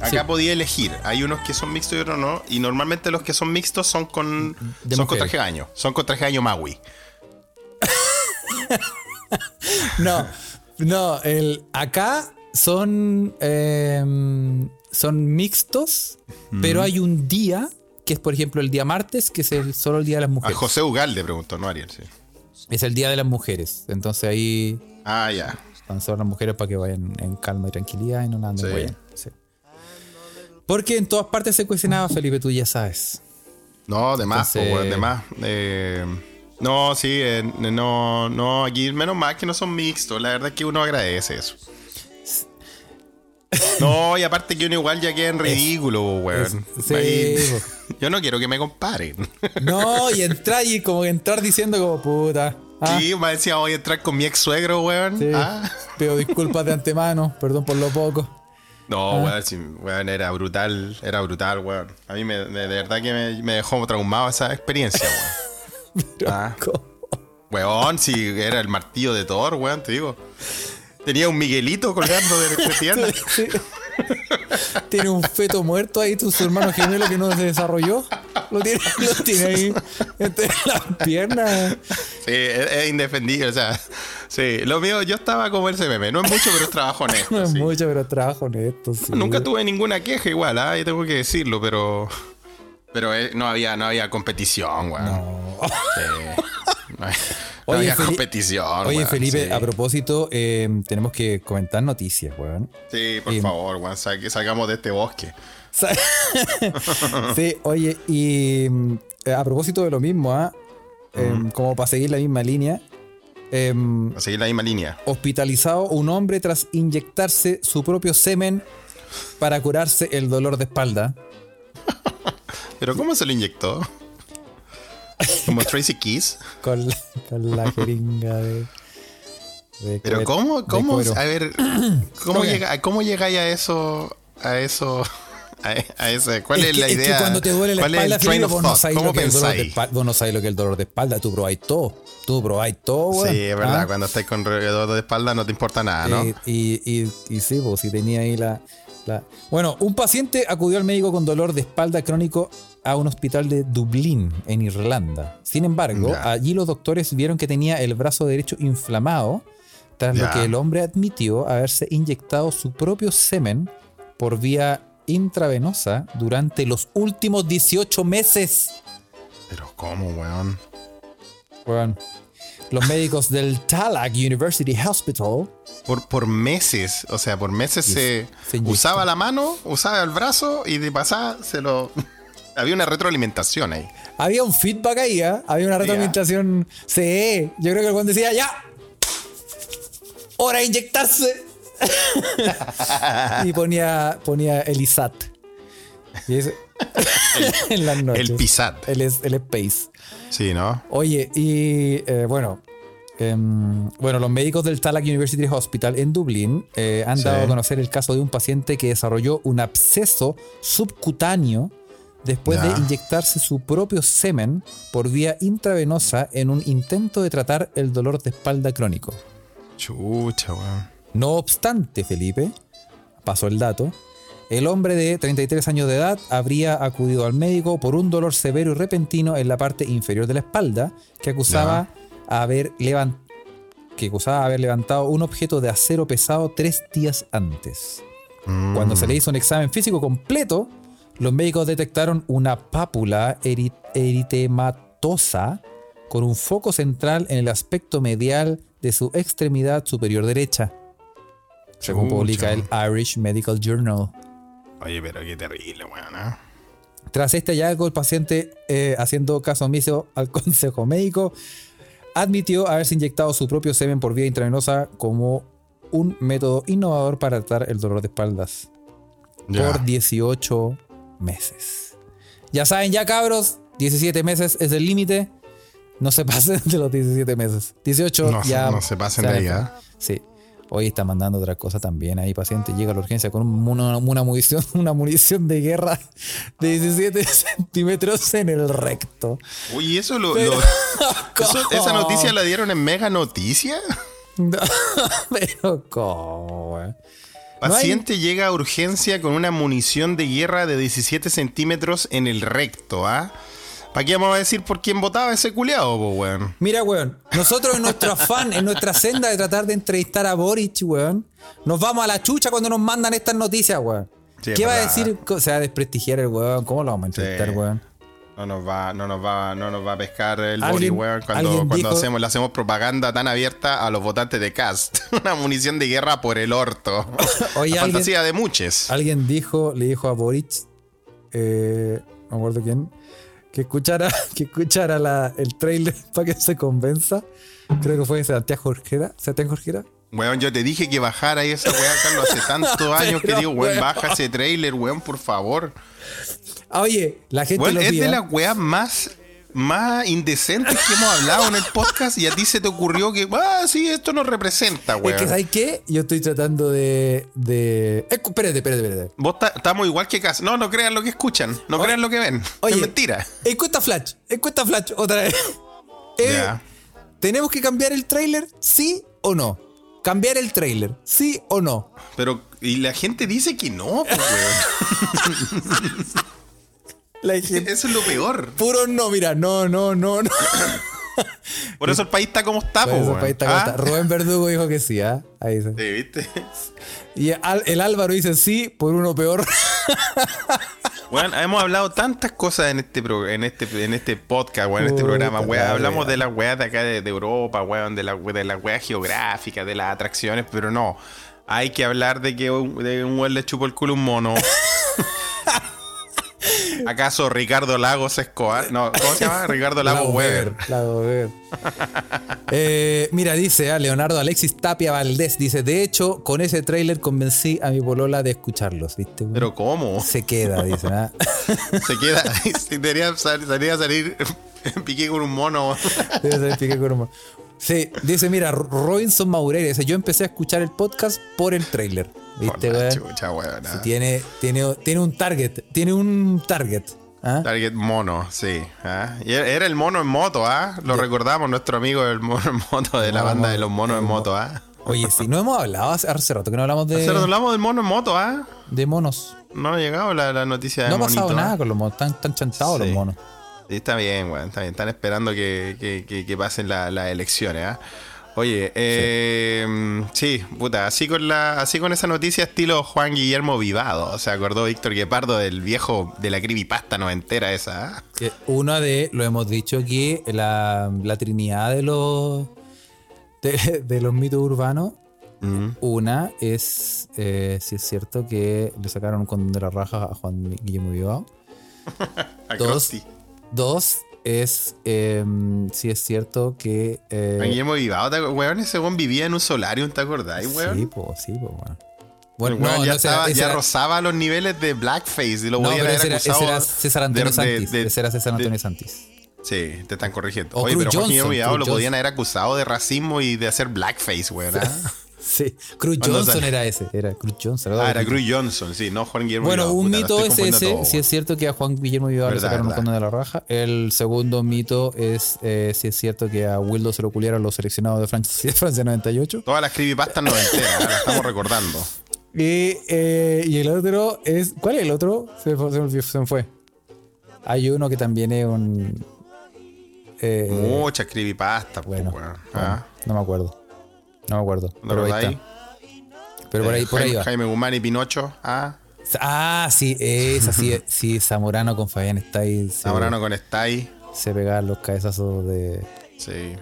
A: Acá podía elegir. Hay unos que son mixtos y otros no. Y normalmente los que son mixtos son con,
B: De
A: son con
B: mujeres.
A: traje de baño. Son con traje de baño Maui.
B: No, no, el, acá son, em, son mixtos, pero hay un día, que es por ejemplo el día martes, que es el, solo el día de las
A: A
B: mujeres.
A: José Ugalde preguntó, no Ariel. Sí.
B: Es el día de las mujeres. Entonces ahí
A: Ah, ya.
B: Van solo las mujeres para que vayan en calma y tranquilidad y no la anden
A: Sí.
B: guayando, sí. Porque en todas partes se cuestionaba, Felipe, tú ya sabes.
A: No, de más, po,
B: Entonces-
A: weón, de más. Eh, no, sí, eh, no, no, aquí menos mal que no son mixtos. La verdad es que uno agradece eso. No, y aparte que uno igual ya queda en ridículo, po, weón.
B: es- sí,
A: Ahí- yo no quiero que me comparen.
B: No, y entrar y como que entrar diciendo como puta. Ah,
A: Sí, me decía, voy a entrar con mi ex suegro, weón.
B: sí,
A: Ah.
B: Pido disculpas de antemano, perdón por lo poco.
A: No,
B: Ah.
A: weón, sí, weón, era brutal, era brutal, weón. A mí me- me- de verdad que me, me dejó traumado esa experiencia, weón. Ah. Weón, si era el martillo de Thor, weón, te digo. Tenía un Miguelito colgando de la pierna.
B: Sí. Tiene un feto muerto ahí, tu su hermano gemelo que no se desarrolló. Lo tiene, lo tiene ahí entre las piernas.
A: Sí, es, es indefendible, o sea. Sí, lo mío, yo estaba como ese meme. No es mucho, pero es trabajo honesto.
B: No es
A: sí.
B: mucho, pero trabajo honesto. sí.
A: Nunca tuve ninguna queja igual, ¿ah? Yo tengo que decirlo, pero. Pero eh, no había, no había competición, weón. Sí. No, hay- no
B: Oye,
A: había
B: Feli-
A: competición,
B: Oye,
A: weón,
B: Felipe,
A: sí.
B: a propósito, eh, tenemos que comentar noticias, weón.
A: Sí, por
B: Em,
A: favor, weón, sa- salgamos de este bosque.
B: Sa- sí, oye, y mm, eh, a propósito de lo mismo, ¿ah? Em, como para seguir la misma línea, em,
A: A seguir la misma línea.
B: hospitalizado un hombre tras inyectarse su propio semen para curarse el dolor de espalda.
A: ¿Pero cómo se lo inyectó? Como Tracy Keys.
B: Con la, con la jeringa de. de
A: ¿Pero
B: cuero-
A: cómo?
B: de
A: ¿Cómo?
B: cuero.
A: A ver, ¿cómo,
B: Ok.
A: llega, ¿cómo llegáis a eso? A eso. A, a ese, ¿Cuál es,
B: que-
A: la idea?
B: que cuando te duele la
A: ¿Cuál
B: espalda,
A: es el train
B: Felipe,
A: of
B: vos no
A: thought?
B: sabés
A: ¿Cómo
B: lo que es el dolor de
A: pensáis?
B: espal- Vos no sabés lo que es el dolor de espalda, tú probáis todo. Tú probáis todo, weón.
A: Sí, es verdad,
B: Ah,
A: cuando estáis con dolor de espalda no te importa nada, Ah, ¿no?
B: eh, y, y, y sí, vos si tenía ahí la, la- Bueno, un paciente acudió al médico con dolor de espalda crónico a un hospital de Dublín, en Irlanda. Sin embargo,
A: Ya.
B: allí los doctores vieron que tenía el brazo derecho inflamado, tras
A: Ya.
B: lo que el hombre admitió haberse inyectado su propio semen por vía intravenosa durante los últimos 18 meses.
A: Pero ¿cómo, weón?
B: Weón. Los médicos del Tallaght University Hospital.
A: Por, por meses, o sea, por meses
B: Y
A: se,
B: se inyectó.
A: usaba la mano, usaba el brazo y de pasada se lo. Había una retroalimentación ahí.
B: Había un feedback ahí, ¿ah? Había una retroalimentación CE. Yo creo que el buen decía, ya. Hora de inyectarse. y ponía, ponía el ISAT. Y eso- en las noches.
A: El PISAT.
B: El, es- el Space.
A: Sí, ¿no?
B: Oye, y eh, bueno. em, bueno, los médicos del Tallaght University Hospital en Dublín eh, han
A: Sí.
B: dado a conocer el caso de un paciente que desarrolló un absceso subcutáneo después
A: Ya.
B: de inyectarse su propio semen por vía intravenosa en un intento de tratar el dolor de espalda crónico.
A: Chucha, weón.
B: No obstante, Felipe, pasó el dato, el hombre de 33 años de edad habría acudido al médico por un dolor severo y repentino en la parte inferior de la espalda que acusaba, haber, levan- que acusaba haber levantado un objeto de acero pesado tres días antes.
A: Mm.
B: Cuando se le hizo un examen físico completo, los médicos detectaron una pápula eri- eritematosa con un foco central en el aspecto medial de su extremidad superior derecha, según
A: Chucha.
B: publica el Irish Medical Journal.
A: Oye, pero qué terrible, weón, ¿eh?
B: Tras este hallazgo, el paciente, eh, haciendo caso omiso al consejo médico, admitió haberse inyectado su propio semen por vía intravenosa como un método innovador para tratar el dolor de espaldas
A: Ya.
B: por 18 meses. Ya saben, ya cabros, 17 meses es el límite. No se pasen de los 17 meses. 18
A: No se-
B: ya.
A: no se pasen de
B: van
A: ahí,
B: a-
A: ¿ah?
B: Sí. Hoy está mandando otra cosa también ahí, paciente. Llega a la urgencia con un- una, una munición, una munición de guerra de 17 centímetros en el recto.
A: Uy, eso lo.
B: Pero-
A: lo- eso- ¿Esa noticia la dieron en Mega Noticia?
B: No, pero ¿cómo? weón? hay-
A: Paciente llega a urgencia con una munición de guerra de 17 centímetros en el recto, ¿ah? ¿Para qué vamos a decir por quién votaba ese culeado, po, weón?
B: Mira, weón, nosotros en nuestro afán, en nuestra senda de tratar de entrevistar a Boric, weón, nos vamos a la chucha cuando nos mandan estas noticias, weón.
A: Sí,
B: ¿Qué va a
A: verdad.
B: decir? O sea, desprestigiar el weón, ¿cómo lo vamos a entrevistar,
A: Sí.
B: weón?
A: No nos va, no nos va, no nos va a pescar el boli,
B: Alguien-
A: weón, cuando,
B: alguien
A: cuando
B: dijo-
A: hacemos, le hacemos propaganda tan abierta a los votantes de Cast. una munición de guerra por el orto.
B: Oye,
A: La
B: alguien-
A: fantasía de muchos.
B: Alguien dijo, le dijo a Boric, eh, no me acuerdo quién, que escuchara, que escuchara la- el trailer para que se convenza. Creo que fue Santiago Jorgera. Santiago Jorgera.
A: Weón, yo te dije que bajara ahí esa weá, Carlos, hace tantos años que
B: Pero,
A: digo, weón,
B: weón.
A: baja ese trailer, weón, por favor.
B: Ah, Oye, la gente
A: Bueno,
B: lo
A: es
B: pide. ¿eh?
A: de las weas más, más indecentes que hemos hablado en el podcast y a ti se te ocurrió que, ah, sí, esto nos representa,
B: Es
A: weón.
B: que, ¿sabes qué? Yo estoy tratando de. de... Eh, Espérate, espérate, espérate.
A: Vos ta- estamos igual que Cas. No, no crean lo que escuchan, no crean lo que ven.
B: Oye.
A: es mentira.
B: Encuesta Flash, encuesta Flash, otra vez. Eh,
A: Ya.
B: ¿Tenemos que cambiar el trailer? ¿Sí o no? ¿Cambiar el trailer? ¿Sí o no?
A: Pero, y la gente dice que no, pues, weón.
B: La gente.
A: Eso es lo peor.
B: Puro no, mira, no, no, no, no.
A: Por eso el país está como está,
B: Por
A: pues,
B: eso,
A: weón.
B: ahí está, ahí
A: Ah,
B: está. Rubén Verdugo dijo que sí, ¿ah? Ahí dice.
A: sí, ¿viste?
B: Y al- el Álvaro dice sí, por uno peor.
A: Weón, hemos hablado tantas cosas en este pro- en este en este podcast, weón, en este
B: Puta
A: programa, weón.
B: la
A: Hablamos
B: wea.
A: de las weas de acá de, de Europa, weón, de la- de las weas geográficas, de las atracciones, pero no. Hay que hablar de que un, de un weón le chupó el culo a un mono. ¿Acaso Ricardo Lagos Escobar? No, ¿cómo se llama? Ricardo Lagos Weber.
B: Lago Weber. Eh, mira, dice ah, Leonardo Alexis Tapia Valdés. Dice, de hecho, con ese trailer convencí a mi polola de escucharlos, ¿viste? güey?
A: Pero ¿cómo?
B: se queda, dice. ¿ah?
A: Se queda. se Debería sal- salir a salir en piqué con un mono.
B: Debe ser pique con humor. Sí, dice, mira, Ro- Robinson Maureira. Dice, yo empecé a escuchar el podcast por el trailer. ¿Viste,
A: Por la
B: güey?
A: chucha, weón. ah.
B: Sí, tiene, tiene, tiene un target. Tiene un target. ¿ah?
A: Target mono, sí. ¿ah? Y er- era el mono en moto, ¿ah? Lo recordamos, nuestro amigo el mono en moto de la
B: No,
A: banda
B: no,
A: de los monos en moto, ¿ah?
B: Oye, sí, no hemos hablado hace, hace rato que no hablamos
A: Hace rato
B: de,
A: hablamos del mono en moto, ¿ah?
B: de monos.
A: No ha llegado la, la noticia de
B: No ha pasado
A: monito, ¿ah?
B: nada con los monos. Están, están chantados
A: Sí.
B: los monos.
A: Sí, está bien, weón, está bien. Están esperando que, que- que- que pasen la- las elecciones, ¿ah? Oye, eh, sí. puta, así con la, así con esa noticia estilo Juan Guillermo Vivado. Se acordó Víctor Guepardo del viejo de la creepypasta noventera esa, ¿ah?
B: Que Una de, lo hemos dicho aquí, la, la trinidad de los de, de los mitos urbanos.
A: Mm.
B: Una es, eh, si es cierto, que le sacaron un condón de la raja a Juan Guillermo Vivao. Dos,
A: Acrosti.
B: dos es, eh, si es cierto, que... eh,
A: Juan Guillermo Vivado, ¿te acu- weón, ese weón vivía en un solarium, ¿te acordás, weón?
B: sí, po, sí, po, bueno.
A: El
B: Bueno,
A: weón
B: no,
A: ya,
B: no, ese era-
A: estaba-
B: ese
A: ya
B: era-
A: rozaba los niveles de blackface y lo
B: no,
A: podían
B: pero
A: haber
B: ese era, ese
A: acusado
B: era César Antonio
A: de-
B: Santis.
A: de- de-
B: ese era César
A: de-
B: Antonio Santis.
A: sí, te están corrigiendo.
B: O
A: Oye,
B: Cruz
A: pero Juan
B: Johnson,
A: Guillermo Vivado lo
B: Cruz
A: podían
B: Johnson.
A: haber acusado de racismo y de hacer blackface, weón. ¿ah?
B: Sí, Cruz
A: Cuando
B: Johnson
A: sale-
B: era ese, era Cruz Johnson.
A: Ah, era Cruz Johnson, sí, no Juan Guillermo
B: Bueno,
A: Vivado.
B: un
A: Puta, la
B: mito
A: estoy
B: es
A: confundiendo
B: ese,
A: todo,
B: si es cierto que a Juan Guillermo Vivado le
A: Verdad,
B: sacaron un
A: verdad.
B: condón de la raja. El segundo mito es eh, si es cierto que a Wildo se lo culiaron los seleccionados de Francia, de Francia 98.
A: Todas las creepypastas noventeras, ahora estamos recordando.
B: Y, eh, y el otro es... ¿Cuál es el otro? Se me fue. se me olvidó, se me fue. Hay uno que también es un... eh,
A: Muchas creepypastas, pues,
B: bueno,
A: weón.
B: bueno,
A: ¿ah?
B: no me acuerdo. No me acuerdo.
A: ¿Lo
B: Pero ahí
A: recordáis?
B: está. Pero por ahí,
A: Eh,
B: por ahí
A: Jaime,
B: va.
A: Jaime Guzmán y Pinocho, ¿ah?
B: Ah, sí, esa sí, sí, Zamorano con Fabián está ahí. se-
A: Zamorano con Stay.
B: se pegaban los cabezazos de,
A: Sí.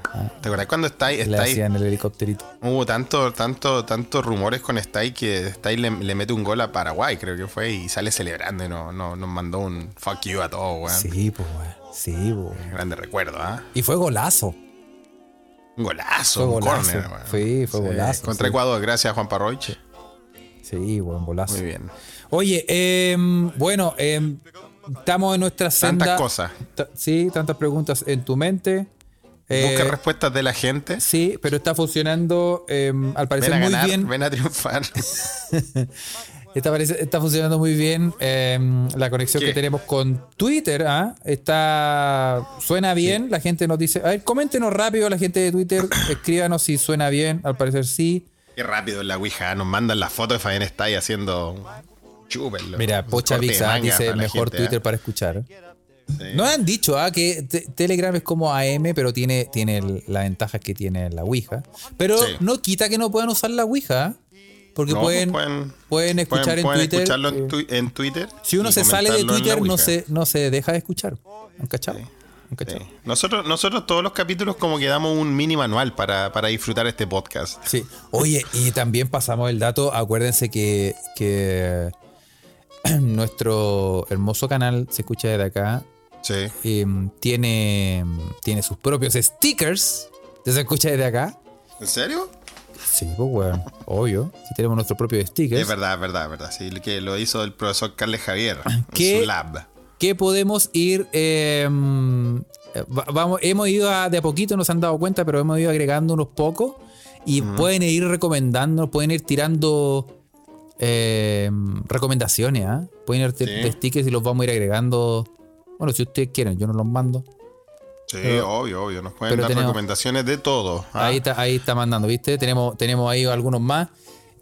A: ¿Te acuerdas cuando Stai,
B: Ah. Le
A: Stai
B: hacían el helicópterito.
A: hubo tanto, tanto, tantos rumores con Stai que Stai le, le mete un gol a Paraguay, creo que fue, y sale celebrando y no, no, nos mandó un fuck you a todos, weón.
B: Sí, pues, weón. Sí, pues.
A: Grande recuerdo, ¿ah?
B: Y fue golazo.
A: Un golazo,
B: Fue
A: un
B: golazo.
A: corner, weón.
B: Sí, fue golazo,
A: Contra
B: sí.
A: Ecuador, gracias a Juan Parroich.
B: Sí, weón, golazo.
A: Muy bien.
B: Oye, em, bueno, em, estamos en nuestra senda.
A: Tantas cosas.
B: Ta- sí, tantas preguntas en tu mente. Eh,
A: Busca respuestas de la gente.
B: sí, pero está funcionando em, al parecer
A: Ven a
B: muy
A: ganar,
B: bien.
A: ven a triunfar.
B: Está, parece- está funcionando muy bien em, la conexión
A: ¿Qué?
B: que tenemos con Twitter. ¿ah? Está suena bien. La gente nos dice, a ver, coméntenos rápido la gente de Twitter, escríbanos si suena bien. Al parecer sí.
A: Qué rápido en la Ouija, ¿eh? nos mandan las fotos de Fabián Stay haciendo chúpenlo.
B: Mira,
A: Un
B: Pocha
A: corte de
B: Vixa
A: manga
B: dice
A: para la
B: mejor
A: gente,
B: Twitter
A: ¿eh?
B: para escuchar.
A: Sí.
B: No han dicho ah, que te- Telegram es como AM, pero tiene, tiene el- la ventaja que tiene la Ouija. Pero
A: Sí.
B: no quita que no puedan usar la Ouija, ¿eh? porque
A: No, pues
B: pueden,
A: pueden-
B: pueden, escuchar en
A: pueden
B: Twitter.
A: escucharlo
B: eh,
A: en, tu- en Twitter.
B: si uno
A: y
B: se sale de
A: comentarlo en la
B: Twitter, no
A: Ouija.
B: se, no se deja de escuchar. ¿Han cachado? ¿Han
A: Sí.
B: cachado?
A: Nosotros, nosotros todos los capítulos como que damos un mini manual para, para disfrutar este podcast.
B: Sí. Oye, y también pasamos el dato. Acuérdense que, que nuestro hermoso canal se escucha desde acá.
A: Sí.
B: em, tiene, tiene sus propios stickers. ¿Se escucha desde acá?
A: ¿En serio?
B: Sí, pues, weón. Obvio. Si tenemos nuestros propios
A: Es
B: stickers.
A: verdad, es verdad, es verdad. Sí, el que lo hizo el profesor Carles Javier en
B: Ah, ¿Qué?
A: su lab.
B: Que podemos ir. eh, va- vamos, hemos ido a- de a poquito, no se han dado cuenta, pero hemos ido agregando unos pocos. Y pueden ir recomendando, pueden ir tirando eh, recomendaciones. ¿ah? Pueden ir tir-
A: Sí.
B: de stickers y los vamos a ir agregando. Bueno, si ustedes quieren, yo no los mando.
A: Sí,
B: Pero-
A: obvio, obvio. Nos pueden
B: pero
A: dar
B: tenemos-
A: recomendaciones de todo. ¿ah?
B: Ahí, está, ahí está mandando, ¿viste? Tenemos, tenemos ahí algunos más.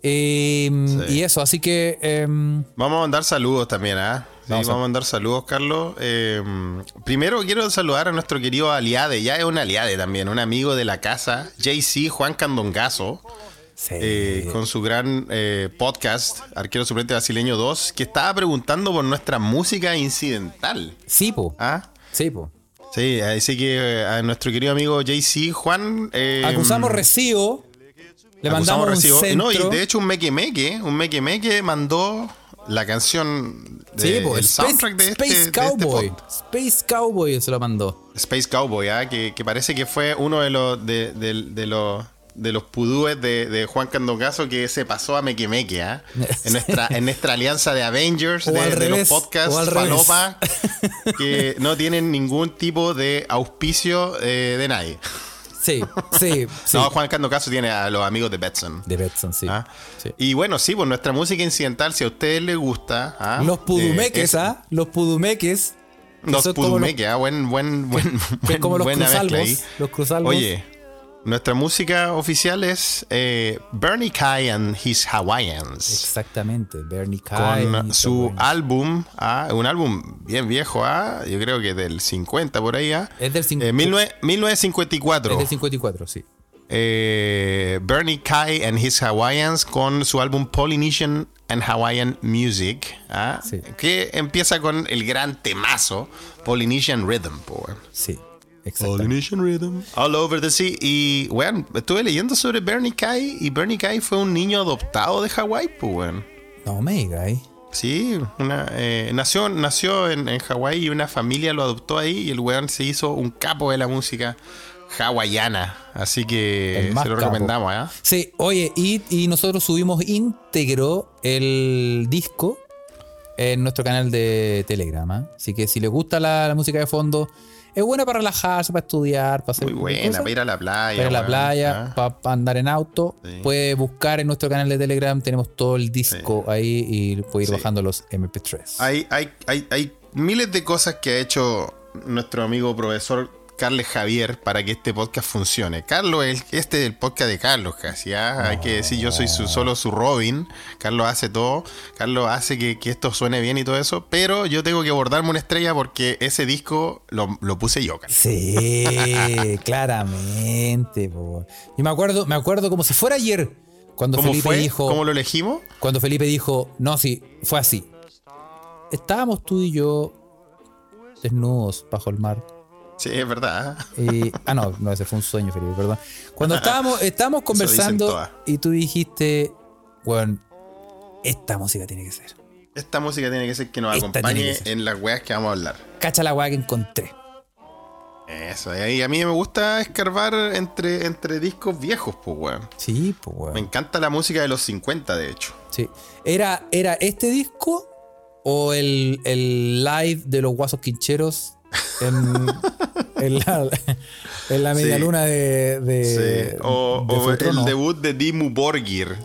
B: Eh,
A: Sí.
B: Y eso, así que. em,
A: Vamos a mandar saludos también, ¿ah? Sí,
B: Vamos
A: vamos,
B: a-
A: a mandar saludos, Carlos. Eh, primero quiero saludar a nuestro querido aliade, ya es un aliade también, un amigo de la casa, JC Juan Candongazo,
B: sí.
A: eh, con su gran eh, podcast, Arquero Suplente Brasileño 2, que estaba preguntando por nuestra música incidental.
B: sí, po.
A: ¿ah?
B: Sí, po.
A: Sí, así que eh, a nuestro querido amigo JC Juan. eh,
B: Acusamos recibo. Le mandamos
A: recibo.
B: un centro.
A: No, y de hecho un mequemeque, un mequemeque mandó la canción de,
B: Sí, po,
A: el
B: Space,
A: soundtrack de este,
B: Space
A: de este
B: Cowboy.
A: pod.
B: Space Cowboy se lo mandó.
A: Space Cowboy, ¿ah? que, que parece que fue uno de los de, de- de los de los pudúes de, de Juan Candongazo que se pasó a Mequemeque, ¿ah? en, nuestra, en nuestra alianza de Avengers,
B: O
A: de,
B: al
A: de los
B: revés,
A: podcasts
B: o al revés.
A: Palopa, que no tienen ningún tipo de auspicio eh, de nadie.
B: Sí, sí, sí.
A: No, Juan Candongazo tiene a los amigos de Betson.
B: De Betson, sí.
A: ¿ah?
B: Sí.
A: Y bueno, sí, pues nuestra música incidental, si a ustedes les gusta. ¿ah?
B: Los
A: Eh,
B: pudumeques,
A: es-
B: ¿ah? Los pudumeques. que
A: Los
B: son como los-
A: pudumeques, ¿ah? buen, buen, buen,
B: que es
A: buen-
B: como los
A: buena mezcla
B: cruzalvos.
A: ahí.
B: Los cruzalvos.
A: Oye, nuestra música oficial es eh, Bernie Kai and His Hawaiians.
B: Exactamente. Bernie Kai.
A: Con
B: y
A: su
B: todo.
A: álbum, ah, un álbum bien viejo, ah, yo creo que del 50 por ahí, ah.
B: Es del, cincu-
A: Eh, 19- 1954.
B: es del 54, sí.
A: eh, Bernie Kai and His Hawaiians con su álbum Polynesian and Hawaiian Music, ah,
B: Sí.
A: que empieza con el gran temazo Polynesian Rhythm. po, weón.
B: Sí. Exactamente.
A: Polynesian Rhythm. All Over the Sea. Y, weón, estuve leyendo sobre Bernie Kai y Bernie Kai fue un niño adoptado de Hawái, pues, weón.
B: No me digas ahí.
A: Sí, una, eh, nació, nació en, en Hawái y una familia lo adoptó ahí y el weón se hizo un capo de la música hawaiana. Así que
B: El más
A: se lo
B: capo.
A: recomendamos, ¿ah?
B: Sí, oye, y, y nosotros subimos íntegro el disco en nuestro canal de Telegram. ¿ah? Así que si les gusta la, la música de fondo, es buena para relajarse, para estudiar, para hacer.
A: Muy buena,
B: cosas.
A: para ir a la playa.
B: Para ir a la
A: weón,
B: playa,
A: ¿ah?
B: para andar en auto.
A: Sí.
B: Puede buscar en nuestro canal de Telegram, tenemos todo el disco ahí y puede ir
A: Sí.
B: bajando los MP3.
A: Hay, hay, hay, hay miles de cosas que ha hecho nuestro amigo profesor Carles Javier para que este podcast funcione. Carlos, el- este es el podcast de Carlos casi. ¿ah? Hay que decir, yo soy su, solo su Robin. Carlos hace todo. Carlos hace que, que esto suene bien y todo eso. Pero yo tengo que abordarme una estrella porque ese disco lo, lo puse yo, Carlos.
B: Sí, claramente. po. Y me acuerdo, me acuerdo como si fuera ayer, cuando
A: ¿Cómo
B: Felipe
A: fue?
B: dijo.
A: ¿Cómo lo elegimos?
B: Cuando Felipe dijo, no, sí, fue así. Estábamos tú y yo desnudos bajo el mar,
A: Sí, es verdad. ¿eh?
B: Y- ah, no, no, ese fue un sueño, Felipe, perdón. Cuando estábamos, estábamos conversando
A: todas.
B: y tú dijiste, bueno, esta música tiene que ser.
A: Esta música tiene que ser que nos
B: Esta tiene
A: acompañe
B: que ser.
A: en las weas que vamos a hablar.
B: Cacha la weá que encontré.
A: Eso, y ahí a mí me gusta escarbar entre, entre discos viejos, pues, weón.
B: Sí, pues weón.
A: Me encanta la música de los 50, de hecho.
B: Sí. ¿Era, ¿Era este disco o el, el live de los guasos quincheros en, en la, en la media
A: Sí.
B: luna de, de-
A: Sí. O,
B: Eh,
A: o
B: de Futrono?
A: el debut de Ah. Dimmu Borgir.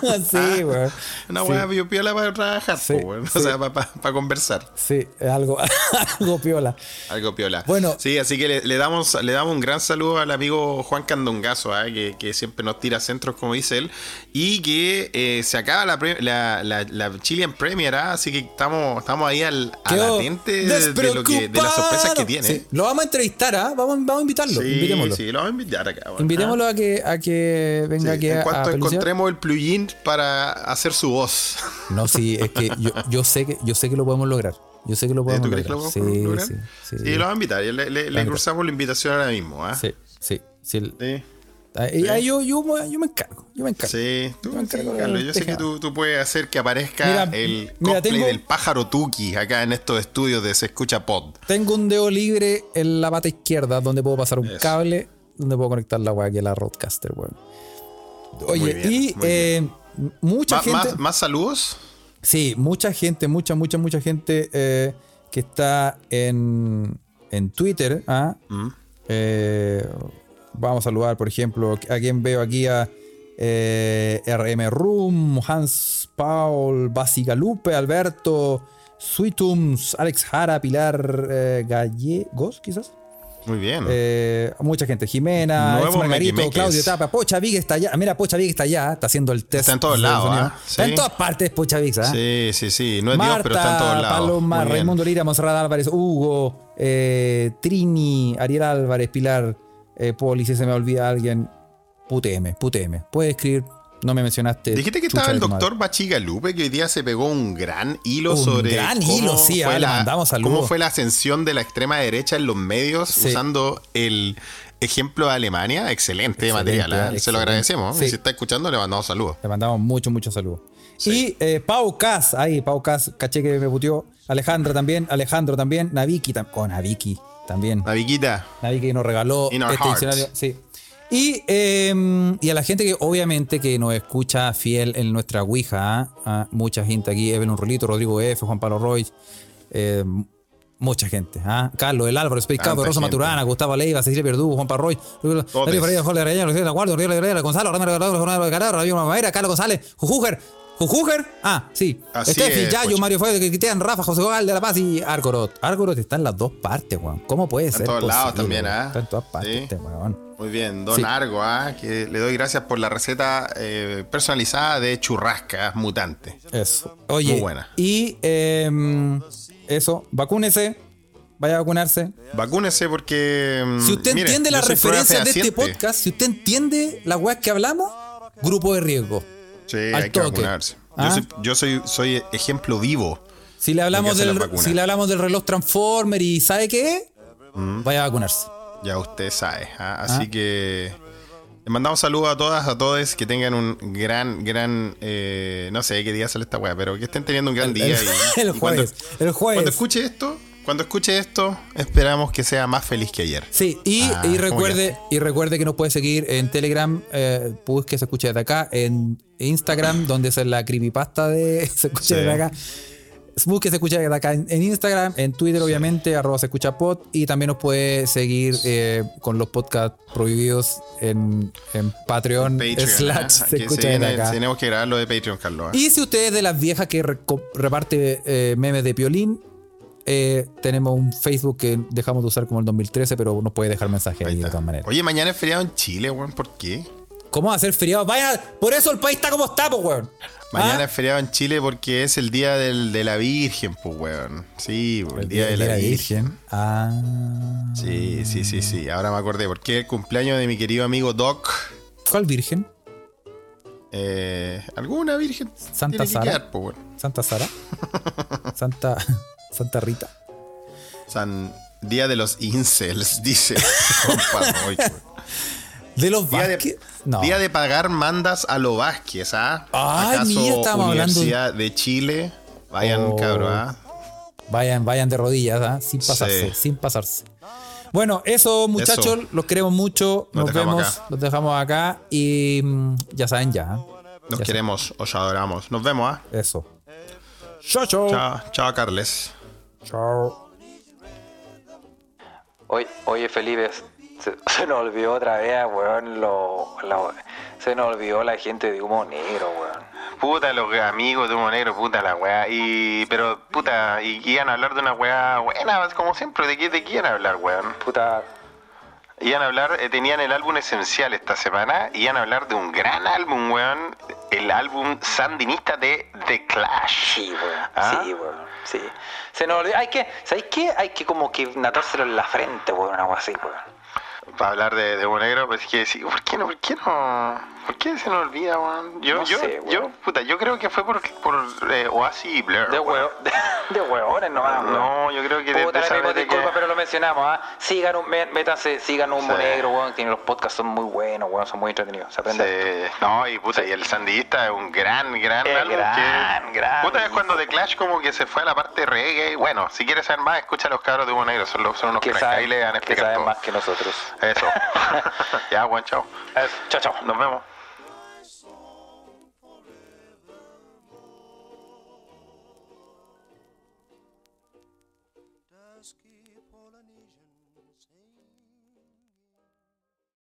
B: Ah, sí, weón.
A: Una
B: Sí.
A: wea piola para trabajar,
B: Sí,
A: pues, weón.
B: sí.
A: O sea, para conversar.
B: Sí, algo, algo piola.
A: Algo piola.
B: Bueno.
A: Sí, así que le, le damos, le damos un gran saludo al amigo Juan Candongazo, ah, que, que siempre nos tira centros, como dice él. Y que eh, se acaba la, pre- la, la, la Chilean Premier, ah, así que estamos, estamos ahí al, al
B: Quedó
A: atente de, de lo que, de las sorpresas que tiene.
B: Sí, Lo vamos a entrevistar, ¿ah? vamos, vamos a invitarlo.
A: Sí,
B: invitémoslo.
A: sí, lo vamos a invitar acá. bueno. Ah,
B: Invitémoslo a que, a que
A: Sí,
B: venga aquí
A: en
B: a- a
A: cuanto
B: Pelucea.
A: encontremos el plugin para hacer su voz.
B: No, sí, es que yo, yo sé que yo sé que lo podemos lograr. Yo sé que lo podemos
A: ¿Eh, ¿Tú crees que lo
B: lograr.
A: vamos a lograr?
B: sí, sí, sí.
A: Sí, lo vamos a invitar. Le, le- le
B: invitar.
A: cruzamos la invitación ahora mismo. ¿ah?
B: Sí, sí, sí. el-
A: Sí.
B: ahí- ahí yo, yo, me- yo me encargo, yo me encargo.
A: Sí, tú,
B: Yo me encargo
A: sí,
B: del
A: Carlos, yo sé que
B: tejado.
A: tú, tú puedes hacer que aparezca
B: Mira,
A: el
B: mira,
A: cosplay
B: tengo-
A: del pájaro Tuki acá en estos estudios de Se Escucha Pod.
B: Tengo un dedo libre en la pata izquierda donde puedo pasar un
A: Eso.
B: cable, donde puedo conectar la weá que es la Roadcaster, weón. Oye,
A: bien,
B: y
A: muy bien.
B: eh, mucha
A: Ma-
B: gente.
A: más, más saludos?
B: Sí, mucha gente, mucha, mucha, mucha gente eh, que está en, en Twitter. ¿ah?
A: Mm.
B: Eh, vamos a saludar, por ejemplo, a quien veo aquí a eh, RM Room, Hans Paul, Basigalupe, Alberto, Sweetums, Alex Jara, Pilar eh, Gallegos, quizás.
A: Muy bien.
B: Eh, mucha gente, Jimena,
A: Nuevos
B: Ex Margarito,
A: mequimeques.
B: Claudio Tapa, Pocha Vig está allá. Mira, Pocha Vig está allá, está haciendo el test.
A: Está en todos
B: de
A: lados,
B: sonido.
A: ¿ah?
B: Está
A: Sí.
B: en todas partes, Pocha Vig, ¿ah?
A: sí, sí, sí. No es
B: Marta,
A: Dios, pero está en todos lados.
B: Paloma,
A: Muy bien.
B: Raimundo Lira, Monserrat Álvarez, Hugo, eh, Trini, Ariel Álvarez, Pilar, eh, Poli, si se me olvida alguien, puteme, puteme. Puedes escribir, no me mencionaste.
A: Dijiste que
B: Eh, chucha
A: estaba el
B: de tu madre.
A: doctor Bachiga Lupe, que hoy día se pegó un gran hilo
B: Un
A: sobre.
B: gran hilo, sí, ah, le mandamos saludos.
A: cómo fue la ascensión de la extrema derecha en los medios
B: Sí.
A: usando el ejemplo de Alemania. Excelente,
B: Excelente,
A: material, ¿eh? se
B: excelente.
A: lo agradecemos.
B: Sí.
A: Y si está escuchando, le mandamos saludos.
B: Le mandamos muchos, muchos saludos.
A: Sí.
B: Y eh, Pau Cas, ahí, Pau Cas, caché que me puteó. Alejandra también, Alejandro también, Naviki, tam con Naviki también.
A: Naviquita,
B: Nadie que nos regaló
A: In our
B: este
A: hearts.
B: diccionario. Sí. Y, eh, y a la gente que obviamente que nos escucha fiel en nuestra Ouija, ¿ah? Ah, mucha gente aquí, Evelyn Rulito, Rodrigo F, Juan Pablo Roy, eh, mucha gente. ¿ah? Carlos, el Álvaro, Space
A: Tanta
B: Cowboy, Rosa
A: gente.
B: Maturana, Gustavo Leiva, Cecilia Verdugo, Juan Pablo Roy, Darío Ferreira, Jorge Arellano, Luis de la Guardia, Rodrigo Herrera, Gonzalo, Ramiro Guerrero, Jornal de Carrera, Ramiro Mamera, Carlos González, Jujuger, Jujuger, ah, sí,
A: Así
B: Estefi,
A: es, pues.
B: Yayo,
A: Pocho.
B: Mario Fuego, Cristian, Rafa, José Gogal de La Paz y Argorot. Argorot está en las dos partes, Juan. ¿Cómo puede
A: Está
B: ser?
A: en todos lados
B: posible,
A: también,
B: weón?
A: ¿ah?
B: Está en todas partes,
A: Sí.
B: este weón.
A: muy bien. Don
B: Sí.
A: Argo, ¿ah? que le doy gracias por la receta eh, personalizada de churrascas mutante.
B: Eso. Oye,
A: Muy buena.
B: y em, eso, vacúnese, vaya a vacunarse.
A: Vacúnese porque. mm,
B: Si usted
A: mire,
B: entiende
A: yo
B: las
A: soy prueba
B: referencias de este
A: fehaciente.
B: podcast, si usted entiende las weas que hablamos, grupo de riesgo.
A: Sí,
B: Al
A: hay que
B: toque.
A: vacunarse.
B: ¿Ah?
A: Yo, soy, yo soy, soy ejemplo vivo.
B: Si le hablamos,
A: hacer
B: del,
A: las vacunas.
B: si le hablamos del reloj Transformer y ¿sabe qué?
A: Mm.
B: Vaya a vacunarse.
A: Ya usted sabe. ¿ah? Así que le mandamos saludos a todas, a todos, que tengan un gran, gran, eh, no sé qué día sale esta weá, pero que estén teniendo un gran día.
B: el,
A: y-
B: el
A: y cuando-
B: jueves. el jueves.
A: cuando escuche esto, cuando escuche esto, esperamos que sea más feliz que ayer.
B: Sí, y,
A: Ah,
B: y
A: ¿cómo
B: recuerde, y recuerde que nos puede seguir en Telegram, eh, pues que se escucha desde acá, en Instagram, donde es la creepypasta de se escucha
A: Sí.
B: desde acá. Busque se escucha desde acá en, en Instagram, en Twitter, obviamente, arroba se escucha pod, y también nos puede seguir eh, con los podcasts prohibidos en, en Patreon,
A: Patreon. ¿ah?
B: slash se
A: Que
B: escucha
A: se viene-
B: desde acá.
A: Tenemos que grabar lo de Patreon, Carlos. ¿ah?
B: Y si usted es de las viejas que reco- reparte eh, memes de piolín, eh, tenemos un Facebook que dejamos de usar como el 2013, pero nos puede dejar mensajes
A: Ahí
B: ahí, de
A: está.
B: todas maneras.
A: Oye, mañana es feriado en Chile, weón. ¿Por qué?
B: ¿Cómo va a ser feriado? Vaya, por eso el país está como está, pues, weón.
A: Mañana
B: ¿Ah?
A: es feriado en Chile porque es el día del- de la Virgen, pues, weón. Sí, el, día, de la, Virgen.
B: Ah.
A: Sí, sí, sí, sí. Ahora me acordé. Porque es el cumpleaños de mi querido amigo Doc.
B: ¿Cuál virgen?
A: Eh, ¿Alguna virgen?
B: Santa
A: tiene que
B: Sara.
A: quedar, pues, po, weón.
B: ¿Santa Sara? ¿Santa, Santa Rita?
A: San Día de los incels, dice. Compa, no, oye.
B: De los
A: Día
B: Vázquez.
A: de,
B: No.
A: día de pagar mandas a lo Vázquez, ¿ah?
B: Ah, mira, estábamos hablando.
A: Universidad de Chile? Vayan,
B: Oh.
A: cabrón, ¿ah?
B: Vayan, vayan de rodillas, ¿ah? sin pasarse,
A: Sí.
B: sin pasarse. Bueno, eso muchachos,
A: Eso.
B: los queremos mucho,
A: Los
B: nos
A: dejamos
B: vemos,
A: acá.
B: los dejamos acá y mm, ya saben ya, ¿ah?
A: Nos
B: Ya
A: queremos, os adoramos. Nos vemos, ¿ah?
B: eso. Chao, chao.
A: Chao, chao, Carles.
B: Chao.
D: Oye, oye Felipe, se, se nos olvidó otra vez, weón, lo, la- se nos olvidó la gente de humo negro, weón.
A: Puta, los amigos de Humo Negro, puta la weá. Y, pero, puta, y que iban a hablar de una weá buena, como siempre, ¿de qué, de qué iban a hablar, weón?
D: Puta,
A: Iban a hablar, eh, tenían el álbum esencial esta semana, iban a hablar de un gran álbum, weón. El álbum sandinista de The Clash.
D: sí, weón,
A: ¿Ah?
D: sí, weón, sí. Se nos olvidó, hay que, ¿sabes qué? Hay que como que natárselo en la frente, weón, algo así, weón.
A: Para hablar de, de Humo Negro, pues que sí, ¿por qué no? ¿Por qué no? ¿Por qué se nos olvida, weón? Yo,
D: No
A: yo,
D: sé, weón.
A: yo, puta, yo creo que fue por, por eh, Oasis y Blur.
D: De
A: weón.
D: huevo, de, de huevones nomás, weón.
A: No, yo creo que de-
D: Puta,
A: de
D: le
A: esa
D: pedimos
A: vez de
D: disculpas,
A: que-
D: pero lo mencionamos, ¿ah? Sigan, un, mé- métanse, sigan Humo
A: Sí.
D: Negro, weón, que los podcasts son muy buenos, weón, son muy entretenidos, se aprende.
A: Sí. Eh, No, y puta, y el sandista es un gran, gran
D: Es
A: álbum.
D: Eh, gran,
A: que-
D: gran
A: Puta, es cuando The Clash como que se fue a la parte reggae. Bueno, si quieres saber más, escucha a los cabros de Humo Negro. Son, los- son unos
D: Que
A: cracks. Ahí
D: saben,
A: le van a
D: que
A: explicar
D: saben
A: todo.
D: más que nosotros.
A: Eso. ya, Juan, chao.
D: Eso, Chao, chao.
A: Nos vemos.
C: Dusky Polynesians. Hey.